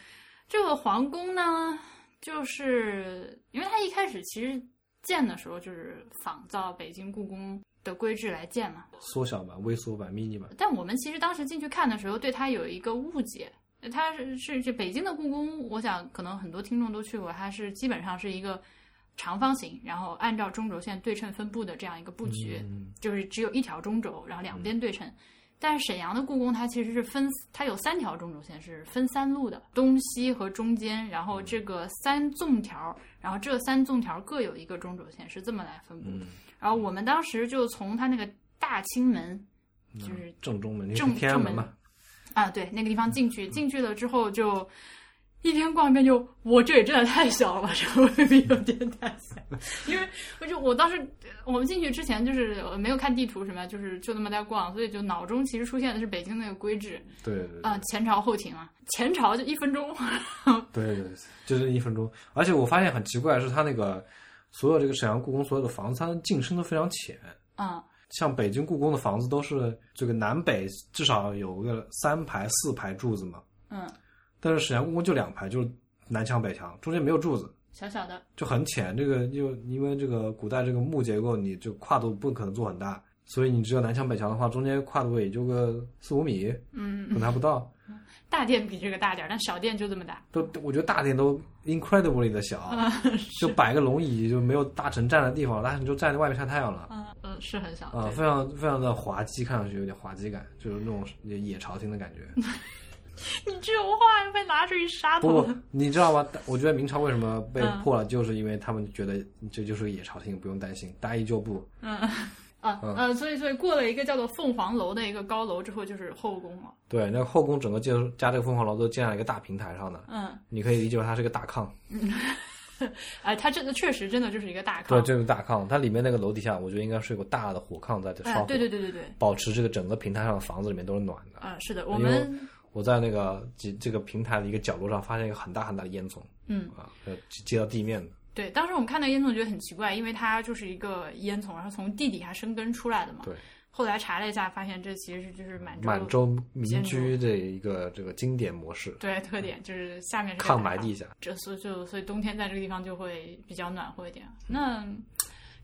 这个皇宫呢，就是因为它一开始其实建的时候就是仿照北京故宫的规制来建嘛，
缩小版、微缩版、mini 版，
但我们其实当时进去看的时候，对它有一个误解。它是是这北京的故宫，我想可能很多听众都去过，它是基本上是一个长方形，然后按照中轴线对称分布的这样一个布局。
嗯，
就是只有一条中轴，然后两边对称。但是沈阳的故宫它其实是分，它有三条中轴线是分三路的，东西和中间，然后这个三纵条，然后这三纵条各有一个中轴线，是这么来分布的。
嗯
然后我们当时就从它那个大清门，就是
正中门，那
正
是天安门
正门
嘛，
啊，对，那个地方进去，进去了之后就一边逛一边就，我这也真的太小了吧， [laughs] 这个未必有点太小，因为我就我当时我们进去之前就是呃没有看地图什么，就是就那么在逛，所以就脑中其实出现的是北京那个规制
对对对
啊、前朝后廷啊，前朝就一分钟， [laughs]
对对对，就是一分钟。而且我发现很奇怪的是，它那个所有这个沈阳故宫所有的房子，它进深都非常浅。
啊、
像北京故宫的房子都是这个南北至少有个三排四排柱子嘛，
嗯，
但是沈阳故宫就两排，就是南墙北墙，中间没有柱子，
小小的，
就很浅。这个就因为这个古代这个木结构，你就跨度不可能做很大，所以你只有南墙北墙的话，中间跨度也就个四五米，
嗯，
可能还不到。
大殿比这个大点儿，但小殿就这么大， [laughs] 嗯
都我觉得大殿都 incredibly 的小，啊就摆个龙椅就没有大臣站的地方，大臣就站在外面晒太阳了。
嗯、嗯，是很小，
啊、
对
非常非常的滑稽，看上去有点滑稽感，就是那种野朝廷的感
[laughs]
觉。
你这种话被拿出去杀
不
头
不
了，，
你知道吗？我觉得明朝为什么被
嗯
破了，就是因为他们觉得这就是个野朝廷，不用担心，大义救部。
嗯。啊
嗯
呃，所以所以过了一个叫做凤凰楼的一个高楼之后，就是后宫了。
对，那个后宫整个建筑加这个凤凰楼都建在一个大平台上的，
嗯，
你可以理解为它是个大炕。
哎，它这个确实真的就是一个大
对，
炕。
这是大炕，它里面那个楼底下，我觉得应该是有个大的火炕在这烧
哎
火，，
对对对对对，
保持这个整个平台上的房子里面都是暖的。
啊，是的，我
因为
们
我在那个这这个平台的一个角落上发现一个很大很大的烟囱
嗯，
啊，呃接到地面的。
对，当时我们看到烟囱觉得很奇怪，因为它就是一个烟囱，然后从地底下生根出来的嘛。
对。
后来查了一下，发现这其实是就是满洲
满洲民居的一个这个经典模式，
对特点，就是下面是个
炕埋
大炕
地下。
这所以就所以冬天在这个地方就会比较暖和一点。那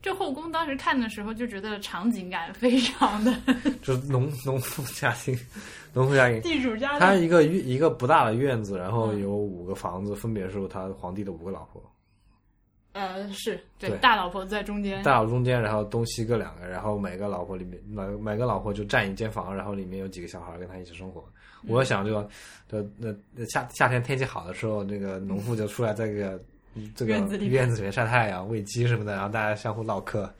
这后宫当时看的时候就觉得场景感非常的
就是农农夫家庭， [laughs] 农夫家
[laughs]
庭，
地主家
他
的，
一个院一个不大的院子，然后
嗯
有五个房子，分别是他皇帝的五个老婆，
呃，是对
对
大老婆在中间，
大老中间，然后东西各两个，然后每个老婆里面每每个老婆就占一间房，然后里面有几个小孩跟他一起生活。我想这个，这那那夏夏天天气好的时候，那个农妇就出来在这个。这个
院子里面
院子里面晒太阳、喂鸡什么的，然后大家相互唠嗑，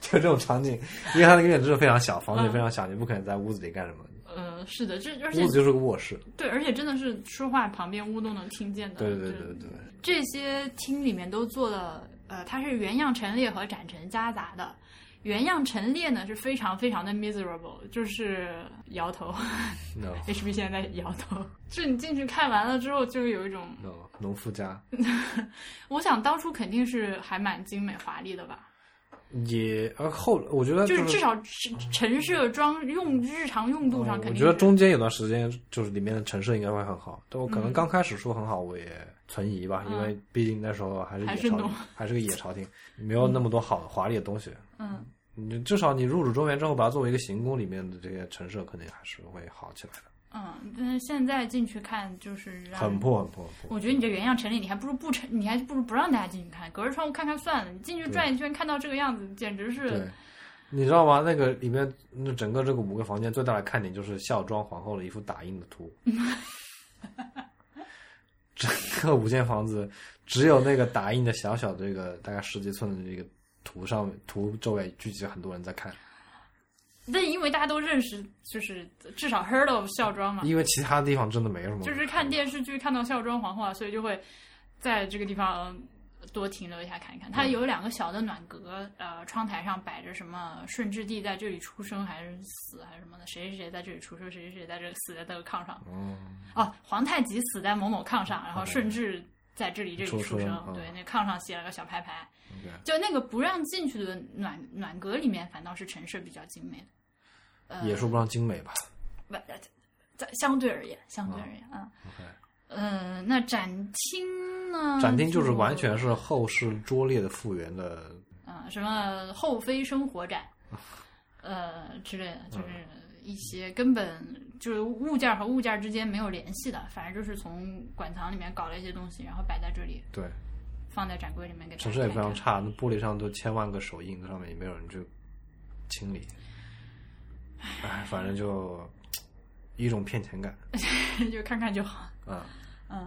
就这种场景。因为他那个院子真的非常小，房子也非常小，你不可能在屋子里干什么。
呃，是的，这而且
屋子就是个卧室。
对，而且真的是说话旁边屋都能听见的。
对对
就
对
是
对
这些厅里面都做了，呃，它是原样陈列和展陈夹杂的。原样陈列呢是非常非常的 miserable，就是摇头 [laughs]
，no
，HB 现在在摇头。就你进去看完了之后，就有一种， [laughs]
no，农夫家
我想当初肯定是还蛮精美华丽的吧，
也，而后我觉得
就是
是
至少陈陈设装用日常用度上肯
嗯
定
我
是、
觉得中间有段时间就是里面的陈设应该会很好，但我可能刚开始说很好，我也存疑吧，
嗯
因为毕竟那时候还是
还
野
是
朝
农 [laughs]
廷，还是个野朝廷，没有那么多好的华丽的东西。
嗯。
你至少你入主中原之后，把它作为一个行宫里面的这些陈设，肯定还是会好起来的。
嗯，但是现在进去看就是让
很破，很破，很破。
我觉得你这原样陈列，你还不如不陈，你还不如不让大家进去看，隔着窗户看看算了。你进去转一圈，看到这个样子，简直
对
是，
你知道吗？那个里面那整个这个五个房间最大的看点就是孝庄皇后的一幅打印的图。整个五间房子只有那个打印的小小的这个大概十几寸的这个图上面图周围聚集很多人在看，
但因为大家都认识，就是至少 heard of 孝庄嘛，
因为其他地方真的没有什么。
就是看电视剧看到孝庄皇后啊，所以就会在这个地方多停留一下看一看。它有两个小的暖阁，呃，窗台上摆着什么顺治帝在这里出生还是死还是什么的，谁谁谁在这里出生，谁谁谁在这里死在这个炕上。
哦，
哦，皇太极死在某某炕上，然后
哦
顺治在这里这里
出
出
生
生，
哦
对，那炕上写了个小牌牌。
OK
就那个不让进去的暖暖阁里面，反倒是陈设比较精美的。呃，
也说不上精美吧
不，呃在相对而言，相对而言啊，
哦？OK，
嗯、呃，那展厅呢？
展厅嗯就是完全是后世拙劣的复原的，
啊、什么后妃生活
[laughs]
展，呃之类的，就是一些根本就是物件和物件之间没有联系的，反正就是从馆藏里面搞了一些东西，然后摆在这里，
对，
放在展柜里面给大家
陈设也非常
看一看。
差，那玻璃上都千万个手印，那上面也没有人去清理，哎，反正就一种骗钱感
[laughs] 就看看就好。
啊。
嗯，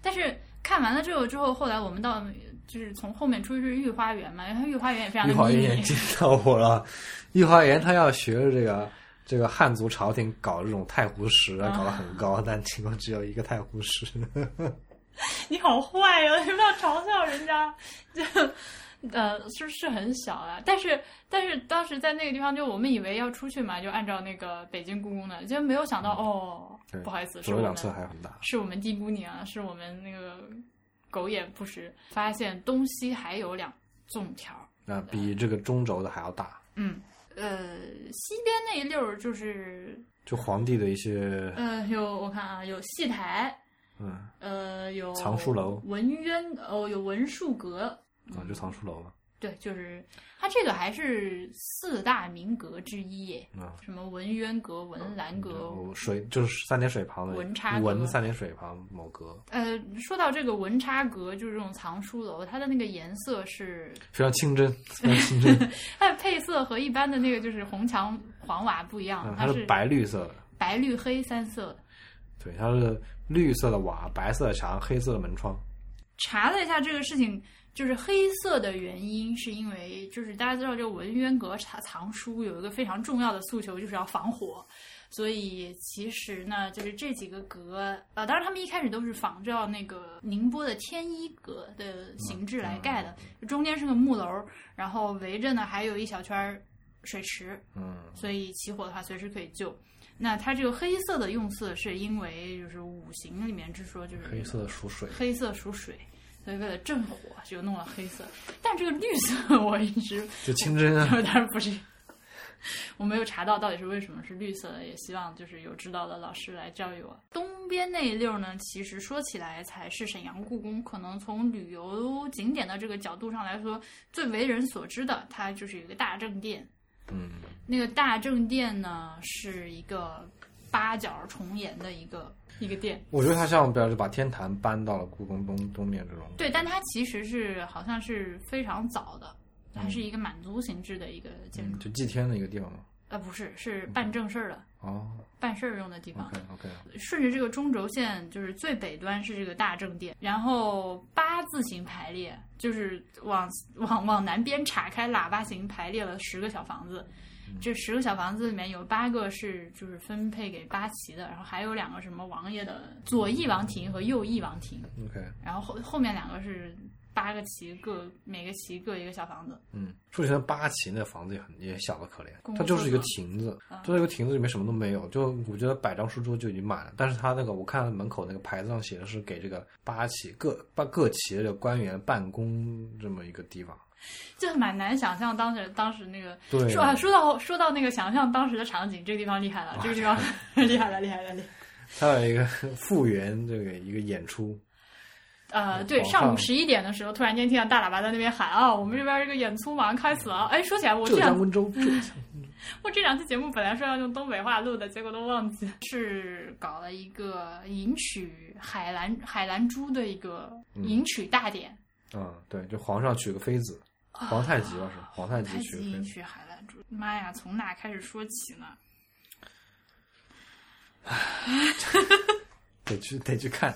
但是看完了这个之后，后来我们到就是从后面出去是御花园嘛，然后御花园也非常
御
的
花
迷 [laughs]
园
你，
见到我了，御花园他要学这个这个汉族朝廷搞这种太湖石啊，搞得很高，但结果只有一个太湖石。
你好坏呀、为什么要嘲笑人家？就呃，是是很小啊，但是但是当时在那个地方，就我们以为要出去嘛，就按照那个北京故宫的，就没有想到哦
嗯对，
不好意思，是
左
我
右
们
两侧还很大，
是我们低估你啊，是我们那个狗眼不识，发现东西还有两纵条儿。
那比这个中轴的还要大。
嗯，呃，西边那一溜儿就是
就皇帝的一些
呃，有我看啊，有戏台，
嗯
呃，有
藏书楼
文渊，哦，有文殊阁，
啊，就藏书楼嘛，
对，就是它这个还是四大名阁之一耶，
啊，嗯
什么文渊阁、文澜阁。
就水就是三点水旁的
文差阁
文三点水旁某阁，
呃，说到这个文差阁，就是这种藏书楼，它的那个颜色是，
非常清 [laughs] 真，非常清真，
它的配色和一般的那个就是红墙黄瓦不一样
嗯，它
它
是白绿色的，
白绿黑三色的。
对，它是绿色的瓦，白色的墙，黑色的门窗，
查了一下这个事情，就是黑色的原因，是因为就是大家知道，这个文渊阁查藏书有一个非常重要的诉求，就是要防火。所以其实呢，就是这几个阁，呃，当然他们一开始都是仿照那个宁波的天一阁的形制来盖
嗯
的，中间是个木楼，然后围着呢还有一小圈儿水池，
嗯，
所以起火的话随时可以救。那它这个黑色的用色，是因为就是五行里面之说就是
黑色的属水，
黑色属水，所以为了镇火就弄了黑色。但这个绿色 [laughs] 我一直
就清真 [laughs] 啊，
当然不是， [laughs] 我没有查到到底是为什么是绿色的，也希望就是有知道的老师来教育我。东边那一溜呢，其实说起来才是沈阳故宫，可能从旅游景点的这个角度上来说，最为人所知的，它就是有一个大正殿。
嗯，
那个大正殿呢，是一个八角重檐的一个一个殿。
我觉得它像标志把天坛搬到了故宫东东面这种，
对，但它其实是好像是非常早的，还是一个满族形制的一个建筑。
嗯，就祭天的一个地方嘛，
呃，不是，是办正事儿的、
哦
办事儿用的地方。
，OK OK，
顺着这个中轴线，就是最北端是这个大正殿，然后八字形排列，就是往往往南边岔开，喇叭形排列了十个小房子。
嗯
这十个小房子里面有八个是就是分配给八旗的，然后还有两个什么王爷的左翼王庭和右翼王庭，
OK，
然后后后面两个是八个旗各每个旗各一个小房子。
嗯，说起来八旗那房子也很也小的可怜
公，
它
共
就是一个
厕所
亭子，
嗯
它这个亭子里面什么都没有，就我觉得摆张书桌就已经满了。但是它那个我看门口那个牌子上写的是给这个八旗各八各旗的官员办公这么一个
[laughs]
地方，
就蛮难想象当时当时那个
对
说啊说到说到那个想象当时的场景，这个地方厉害了，这个地方 [laughs] 厉害了，厉害了，厉害了。
它有一个复原这个一个演出，
呃，对，
皇
上午
上
十一点的时候，突然间听到大喇叭在那边喊啊，我们这边这个演出马上开始了。哎，说起来，我这嗯
浙江
两
温州，浙江
我这两期节目本来说要用东北话录的，结果都忘记了，是搞了一个迎娶海兰海兰珠的一个迎娶大典，
嗯，对，就皇上娶个妃子，皇太极吧是皇太极
啊太
娶个
极
妃
迎
子，
娶海兰珠。妈呀，从哪开始说起呢？ [laughs]
得去得去看，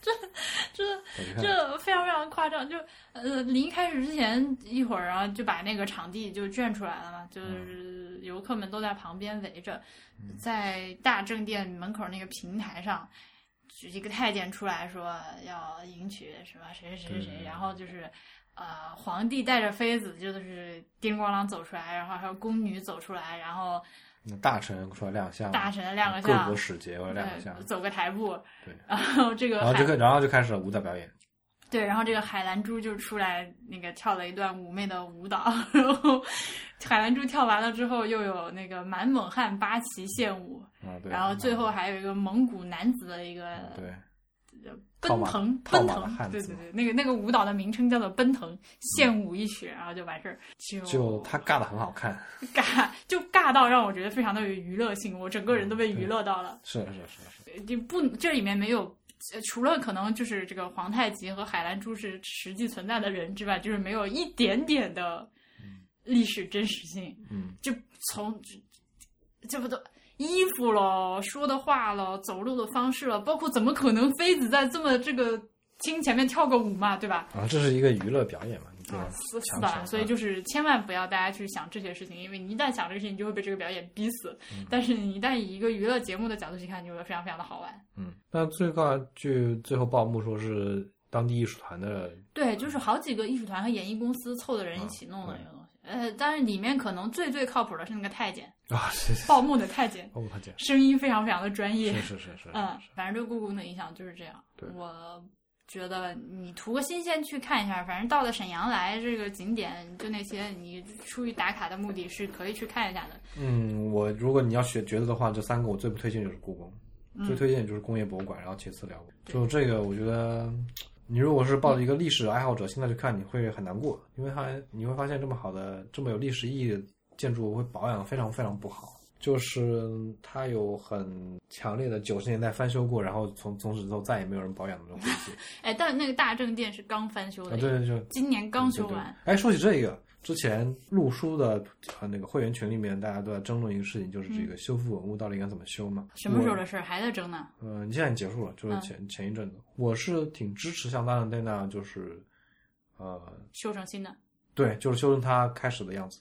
这
得去看，
这非常非常夸张，就呃临开始之前一会儿啊，就把那个场地就圈出来了嘛，
嗯
就是游客们都在旁边围着，在大正殿门口那个平台上，举一个太监出来说要迎娶什么谁谁谁谁谁，
对
然后就是呃皇帝带着妃子就是叮咣啷走出来，然后还有宫女走出来，然后
那大臣出来亮相，
大臣亮个
各
相
国，使节我亮个相
对，走个台步，
对，
[laughs] 然后这个
然后就
海
开，然后就开始了舞蹈表演。
对，然后这个海兰珠就出来那个跳了一段妩媚的舞蹈， [laughs] 然后海兰珠跳完了之后，又有那个满蒙汉八旗献舞，
啊，对。
然后最后还有一个蒙古男子的一
嗯
个
对，套
奔
马
腾，
套
奔
马的
腾，
汉
对
子
对
嘛
对，那个那个舞蹈的名称叫做奔腾，献舞一曲，然后就完事儿，就
就他尬的很好看，
尬，就尬到让我觉得非常的有娱乐性，我整个人都被娱乐到了。
是是是是，
就不这里面没有，呃除了可能就是这个皇太极和海兰珠是实际存在的人之外，就是没有一点点的历史真实性。
嗯，
就从这这不都衣服咯，说的话咯，走路的方式了，包括怎么可能妃子在这么这个厅前面跳个舞嘛，对吧？
然后这是一个娱乐表演嘛，你不
啊，
能
死死
强
吧！
求
所以
啊
就是千万不要大家去想这些事情，因为你一旦想这个事情，你就会被这个表演逼死。
嗯
但是你一旦以一个娱乐节目的角度去看，你就会非常非常的好玩。
嗯。那最高据最后报幕说是当地艺术团的，
对，就是好几个艺术团和演艺公司凑的人一起弄的
嗯
这个东西。呃，但是里面可能最最靠谱的是那个太监，
啊，是是，
报幕的太监， [laughs]
哦，他姐，
声音非常非常的专业
是。是是是，
嗯，反正对故宫的影响就是这样
对。
我觉得你图个新鲜去看一下，反正到了沈阳来这个景点，就那些你出于打卡的目的是可以去看一下的。
嗯，我如果你要选觉得的话，这三个我最不推荐就是故宫，
嗯
最推荐就是工业博物馆，然后其次辽国。
对
就这个，我觉得你如果是抱着一个历史爱好者现在去看，你会很难过，因为它你会发现这么好的、这么有历史意义的建筑会保养得非常非常不好。就是它有很强烈的九十年代翻修过，然后从从此之后再也没有人保养的那种痕迹。
哎，但那个大正殿是刚翻修
啊，
的，
对对对，
今年刚修
对
完。。
对哎，说起这个，之前陆书的呃那个会员群里面，大家都在争论一个事情，就是这
嗯
个修复文物到底应该怎么修嘛？
什么时候
我？
的事儿还在争呢？
嗯、你现在已经结束了，就是
嗯
前、前一阵子，我是挺支持像大圣对那样，就是呃，
修成新的。
对，就是修正它开始的样子。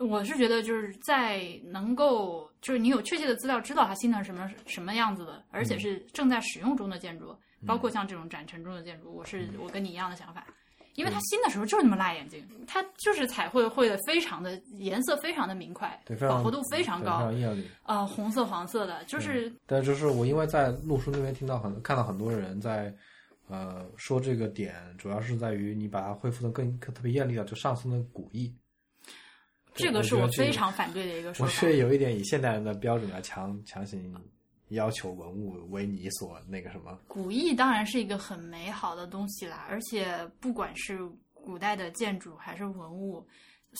我是觉得就是在能够，就是你有确切的资料知道它新的是什么什么样子的，而
嗯
且是正在使用中的建筑，包括像这种展陈中的建筑，我
嗯
是我跟你一样的想法，因为它新的时候就是那么辣眼睛，它就是彩绘绘的非常的颜色非常的明快
对，非常
饱和度非常
对非
高，
常艳丽。
呃，红色黄色的，就是
但就是我因为在陆书那边听到很看到很多人在，呃，说这个点主要是在于你把它恢复的更更特别艳丽了，就上升的古意。对
这个是
我觉
我
得这
非
个
常反对的一个说
我
法
却。有一点以现代人的标准来啊强强行要求文物为你所那个什么，
古意当然是一个很美好的东西啦，而且不管是古代的建筑还是文物，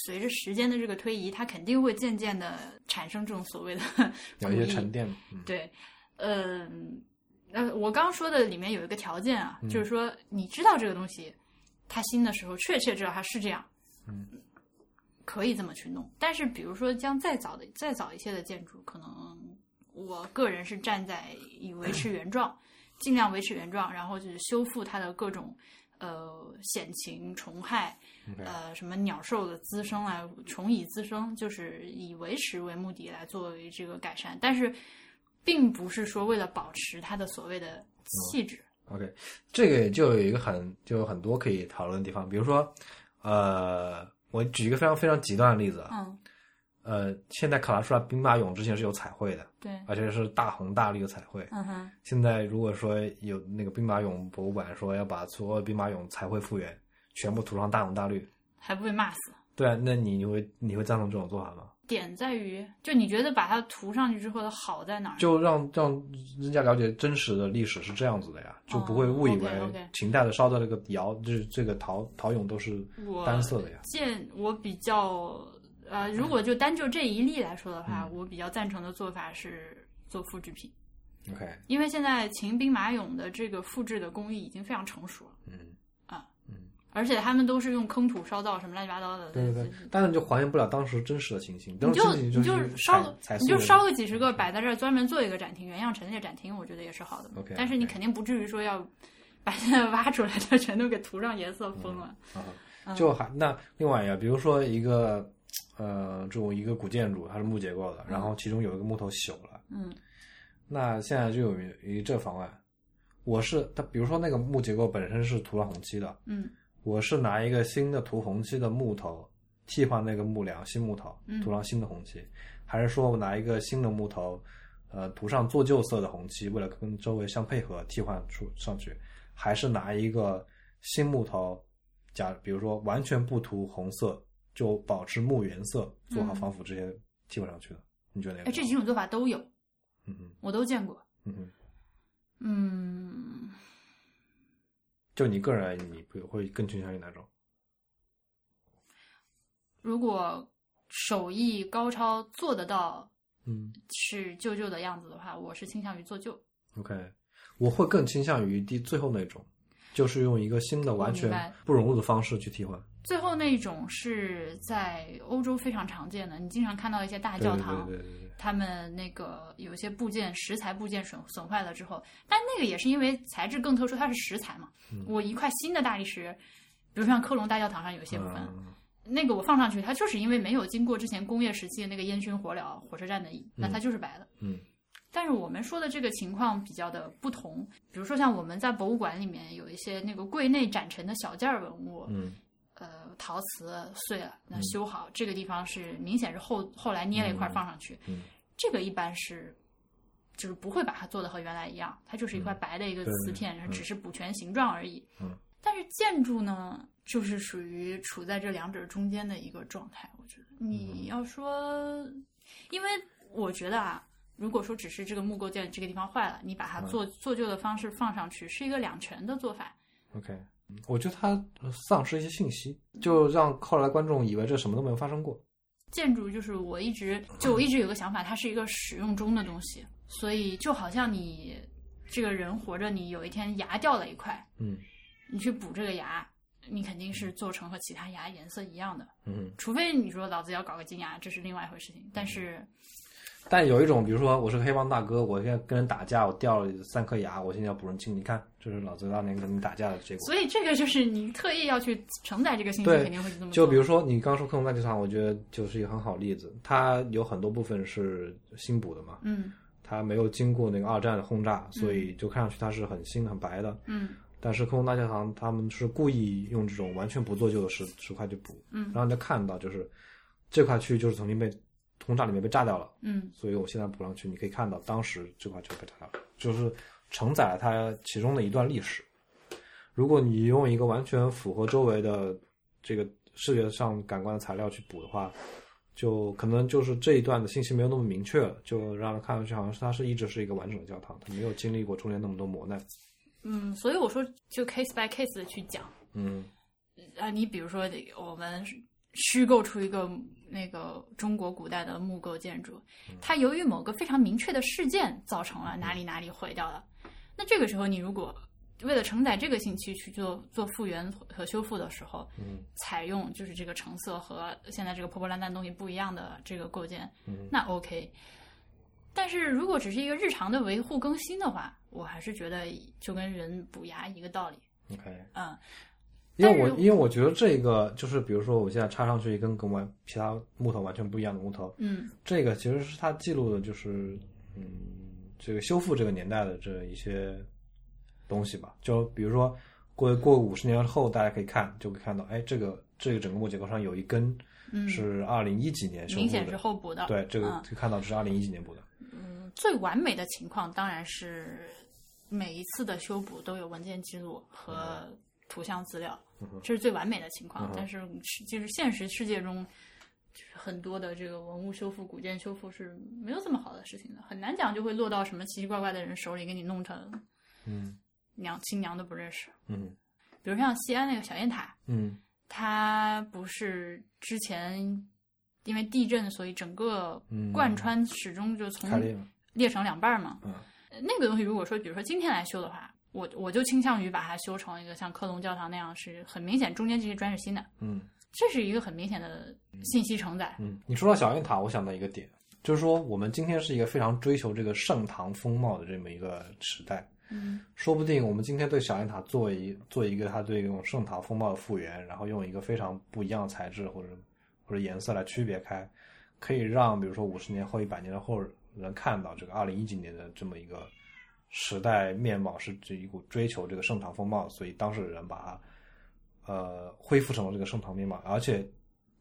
随着时间的这个推移，它肯定会渐渐的产生这种所谓的 [laughs]
有一
古
些
意
沉淀。嗯，
对，嗯，呃，我刚说的里面有一个条件啊，
嗯
就是说你知道这个东西，它新的时候确切知道它是这样，
嗯，
可以这么去弄。但是比如说像再早的再早一些的建筑，可能我个人是站在以维持原状，尽量维持原状，然后就是修复它的各种。呃，险情虫害，
OK
呃，什么鸟兽的滋生来，虫蚁滋生，就是以维持为目的来作为这个改善，但是并不是说为了保持它的所谓的气质。
OK，这个就有一个很就有很多可以讨论的地方，比如说，呃，我举一个非常非常极端的例子啊，
嗯，
呃，现在考察出来兵马俑之前是有彩绘的，
对，
而且是大红大绿的彩绘。
嗯哼，
现在如果说有那个兵马俑博物馆说要把所有兵马俑彩绘复原，全部涂上大红大绿，
还不被骂死。
对啊，那你你会你会赞同这种做法吗？
点在于，就你觉得把它涂上去之后的好在哪儿？
就让让人家了解真实的历史是这样子的呀，就不会误以为
哦，OK，OK
秦代的烧的这个窑，就是这个陶陶俑都是
我
单色的呀。
见我比较呃，如果就单就这一例来说的话，我比较赞成的做法是做复制品，
OK，
因为现在秦兵马俑的这个复制的工艺已经非常成熟了，
嗯
啊
嗯，
而且他们都是用坑土烧造什么乱七八糟的，
对对对，但是就还原不了当时真实的情形，
你
当时
就
情
你
形
就是烧个
彩彩
你就
塑的嗯
烧个几十个摆在这儿，专门做一个展厅，原样陈列展厅，我觉得也是好的嘛。
OK，
但是你
OK
肯定不至于说要把现在 [laughs] 挖出来的全都给涂上颜色疯了。嗯
啊，就还那另外一个，比如说一个呃这种一个古建筑，它是木结构的，然后其中有一个木头朽了，
嗯，
那现在就有一这方案，我是它，比如说那个木结构本身是涂了红漆的，
嗯
我是拿一个新的涂红漆的木头替换那个木梁新木头
嗯，
涂上新的红漆，还是说我拿一个新的木头，呃，涂上做旧色的红漆，为了跟周围相配合替换出上去，还是拿一个新木头，假比如说完全不涂红色，就保持木原色，做好防腐这些替换上去的，你觉得哪
哎，
个
这
好？
几种做法都有，
嗯哼
我都见过。
嗯哼，
嗯，
就你个人而言，你会会更倾向于哪种？
如果手艺高超做得到
嗯
是旧旧的样子的话，我是倾向于做旧。
，OK，我会更倾向于第最后那种，就是用一个新的完
我明
全
白
不融入的方式去替换。
最后那种是在欧洲非常常见的，你经常看到一些大
对
教
对
堂，
对对对对，
他们那个有一些部件石材部件损损坏了之后，但那个也是因为材质更特殊，它是石材嘛。
嗯
我一块新的大理石，比如像科隆大教堂上有一些部分，
嗯
那个我放上去，它就是因为没有经过之前工业时期的那个烟熏火燎火车站的，那它就是白的。
嗯
但是我们说的这个情况比较的不同，比如说像我们在博物馆里面有一些那个柜内展陈的小件儿文物，
嗯
呃，陶瓷碎了，那修好、这个地方是明显是后后来捏了一块儿放上去，
嗯
这个一般是就是不会把它做的和原来一样，它就是一块白的一个
嗯对
瓷片，
嗯
只是补全形状而已。
嗯，
但是建筑呢，就是属于处在这两者中间的一个状态。我觉得
嗯
你要说，因为我觉得啊，如果说只是这个木构件这个地方坏了，你把
嗯
它做做旧的方式放上去，是一个两全的做法。
，OK，嗯我觉得它丧失一些信息，就让后来观众以为这什么都没有发生过。
建筑就是我一直就我一直有个想法，它是一个使用中的东西，所以就好像你这个人活着，你有一天牙掉了一块，
嗯
你去补这个牙，你肯定是做成和其他牙颜色一样的，
嗯，
除非你说老子要搞个金牙，这是另外一回事情。但是，
但有一种，比如说我是个黑帮大哥，我现在跟人打架，我掉了三颗牙，我现在要补人金，你看，这是老子当年跟你打架的结果。
所以这个就是你特意要去承载这个信息，
对
肯定会去这么做。
就比如说你刚说科隆大剧场，我觉得就是一个很好例子，它有很多部分是新补的嘛，
嗯
它没有经过那个二战的轰炸，所以就看上去它是很新很白的。
嗯
但是科隆大教堂他们是故意用这种完全不做旧的石石块去补，
嗯
然后你就看到就是这块区域就是曾经被轰炸里面被炸掉了，
嗯
所以我现在补上去，你可以看到当时这块就被炸掉了，就是承载了它其中的一段历史。如果你用一个完全符合周围的这个视觉上感官的材料去补的话，就可能就是这一段的信息没有那么明确了，就让人看上去好像是它是一直是一个完整的教堂，它没有经历过中间那么多磨难。
嗯，所以我说就 case by case 的去讲。
嗯
啊，你比如说，我们虚构出一个那个中国古代的木构建筑，
嗯
它由于某个非常明确的事件造成了哪里哪里毁掉了。那这个时候，你如果为了承载这个信息去做做复原和修复的时候，
嗯
采用就是这个成色和现在这个破破烂烂东西不一样的这个构件，
嗯
那 OK。但是如果只是一个日常的维护更新的话，我还是觉得就跟人补牙一个道理，
，OK。
嗯。
因为我
但是
因为我觉得这个就是，比如说我现在插上去一根跟完其他木头完全不一样的木头，
嗯
这个其实是它记录的，就是嗯，这个修复这个年代的这一些东西吧。就比如说过过五十年后，大家可以看，就会看到，哎，这个这个整个木结构上有一根
嗯，
是二零一几年修
明
复
显是
的，
后补的。
对，这个
嗯
就看到是二零一几年补的。
嗯最完美的情况当然是每一次的修补都有文件记录和图像资料，
嗯哼
这是最完美的情况。
嗯哼
但是是就是现实世界中，就是很多的这个文物修复、古建修复是没有这么好的事情的，很难讲就会落到什么奇奇怪怪的人手里，给你弄成
嗯
娘亲娘都不认识。
嗯
比如像西安那个小雁塔，
嗯
它不是之前因为地震，所以整个
嗯，
贯穿始终就从
开裂了，
裂成两半儿嘛。
嗯
呃那个东西如果说，比如说今天来修的话，我我就倾向于把它修成一个像科隆教堂那样，是很明显中间这些砖是新的，
嗯。
这是一个很明显的信息承载。
嗯，你说到小雁塔，我想到一个点，就是说我们今天是一个非常追求这个盛唐风貌的这么一个时代，
嗯
说不定我们今天对小雁塔做一做一个它对这种盛唐风貌的复原，然后用一个非常不一样的材质或者或者颜色来区别开，可以让比如说五十年后、一百年后人看到这个二零一几年的这么一个时代面貌是指一股追求这个盛唐风貌，所以当事人把它呃恢复成了这个盛唐面貌，而且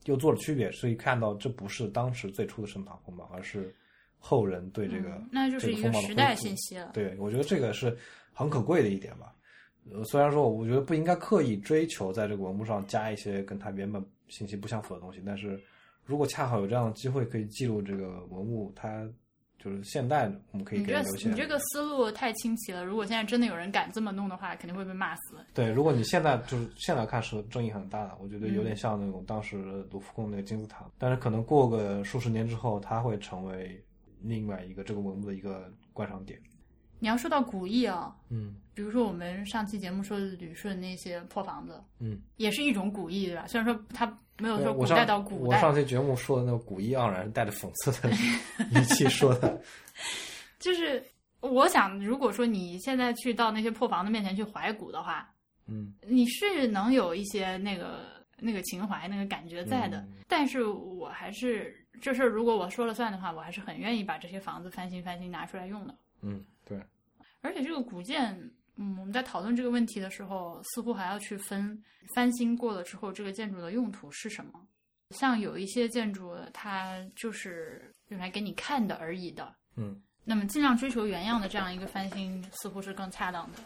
又做了区别，所以看到这不是当时最初的盛唐风貌，而是后人对这个、
嗯那就是
这
一
风
个
貌
时
的恢
代
复
信息了。
对，我觉得这个是很可贵的一点吧。呃，虽然说我觉得不应该刻意追求在这个文物上加一些跟它原本信息不相符的东西，但是如果恰好有这样的机会可以记录这个文物，它就是现代的，我们可以
你
给
这
它留下
你
来。
这个思路太清奇了，如果现在真的有人敢这么弄的话，肯定会被骂死。
对，如果你现在就是现在看是争议很大的，我觉得
嗯
有点像那种当时卢浮宫那个金字塔，但是可能过个数十年之后，它会成为另外一个这个文物的一个观赏点。
你要说到古意啊、
嗯
比如说我们上期节目说的旅顺那些破房子，
嗯，
也是一种古意，对吧？虽然说它没有
对
说
我
古
上
代到古
我
代，
上期节目说的那个古意盎然，是带着讽刺
[laughs]
的语气说的。
就是我想，如果说你现在去到那些破房子面前去怀古的话，
嗯，
你是能有一些那个那个情怀、那个感觉在的。
嗯
但是我还是这事儿，如果我说了算的话，我还是很愿意把这些房子翻新翻新拿出来用的。
嗯，对，
而且这个古建，嗯，我们在讨论这个问题的时候，似乎还要去分翻新过了之后，这个建筑的用途是什么。像有一些建筑，它就是用来给你看的而已的。
嗯，
那么尽量追求原样的这样一个翻新，似乎是更恰当的。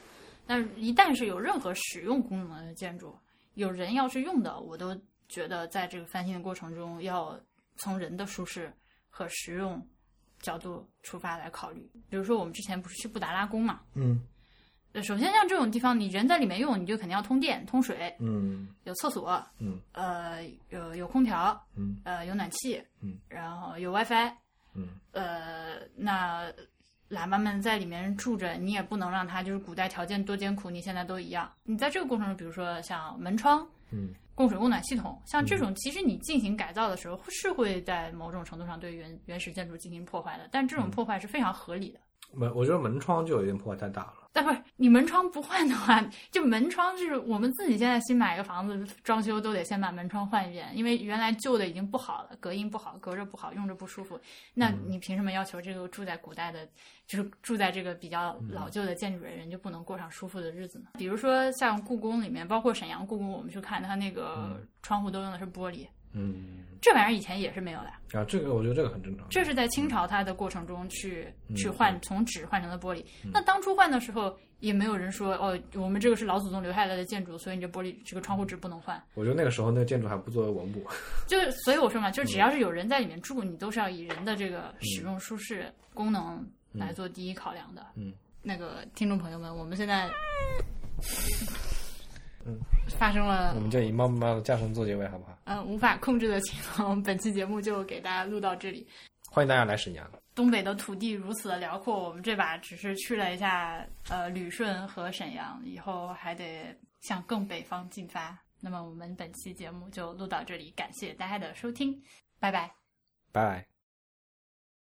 但一旦是有任何使用功能的建筑，有人要是用的，我都觉得在这个翻新的过程中，要从人的舒适和实用角度出发来考虑。比如说，我们之前不是去布达拉宫嘛？
嗯
呃首先像这种地方，你人在里面用，你就肯定要通电、通水，
嗯
有厕所，
嗯
呃，有有空调，
嗯
呃，有暖气，
嗯，
然后有 WiFi，
嗯
呃，那喇嘛们在里面住着，你也不能让他就是古代条件多艰苦，你现在都一样。你在这个过程中，比如说像门窗、
嗯
供水供暖系统，像这种，其实你进行改造的时候，是会在某种程度上对原原始建筑进行破坏的，但这
嗯
种破坏是非常合理的。
门，我觉得门窗就有点破坏太大了。
但不是你门窗不换的话，就门窗就是我们自己现在新买个房子装修都得先把门窗换一遍，因为原来旧的已经不好了，隔音不好，隔着不好，用着不舒服。那你凭什么要求这个住在古代的，就是住在这个比较老旧的建筑的人就不能过上舒服的日子呢？比如说像故宫里面，包括沈阳故宫，我们去看它那个窗户都用的是玻璃，
嗯，
这玩意儿以前也是没有的。
啊，这个我觉得这个很正常。
这是在清朝它的过程中去、
嗯
去换从纸换成了玻璃。那当初换的时候，也没有人说哦，我们这个是老祖宗留下来的建筑，所以你这玻璃这个窗户纸不能换。
我觉得那个时候那个建筑还不作为文物。
就是所以我说嘛，
嗯
就是只要是有人在里面住，你都是要以人的这个使用舒适功能来做第一考量的。
嗯，
那个听众朋友们，我们现在
嗯
发生了
[laughs] 我们就以猫妈的驾乘做结尾，好不好？
呃无法控制的情况，我们本期节目就给大家录到这里。
欢迎大家来沈阳。
东北的土地如此的辽阔，我们这把只是去了一下呃旅顺和沈阳，以后还得向更北方进发。那么我们本期节目就录到这里，感谢大家的收听，拜拜。
拜拜。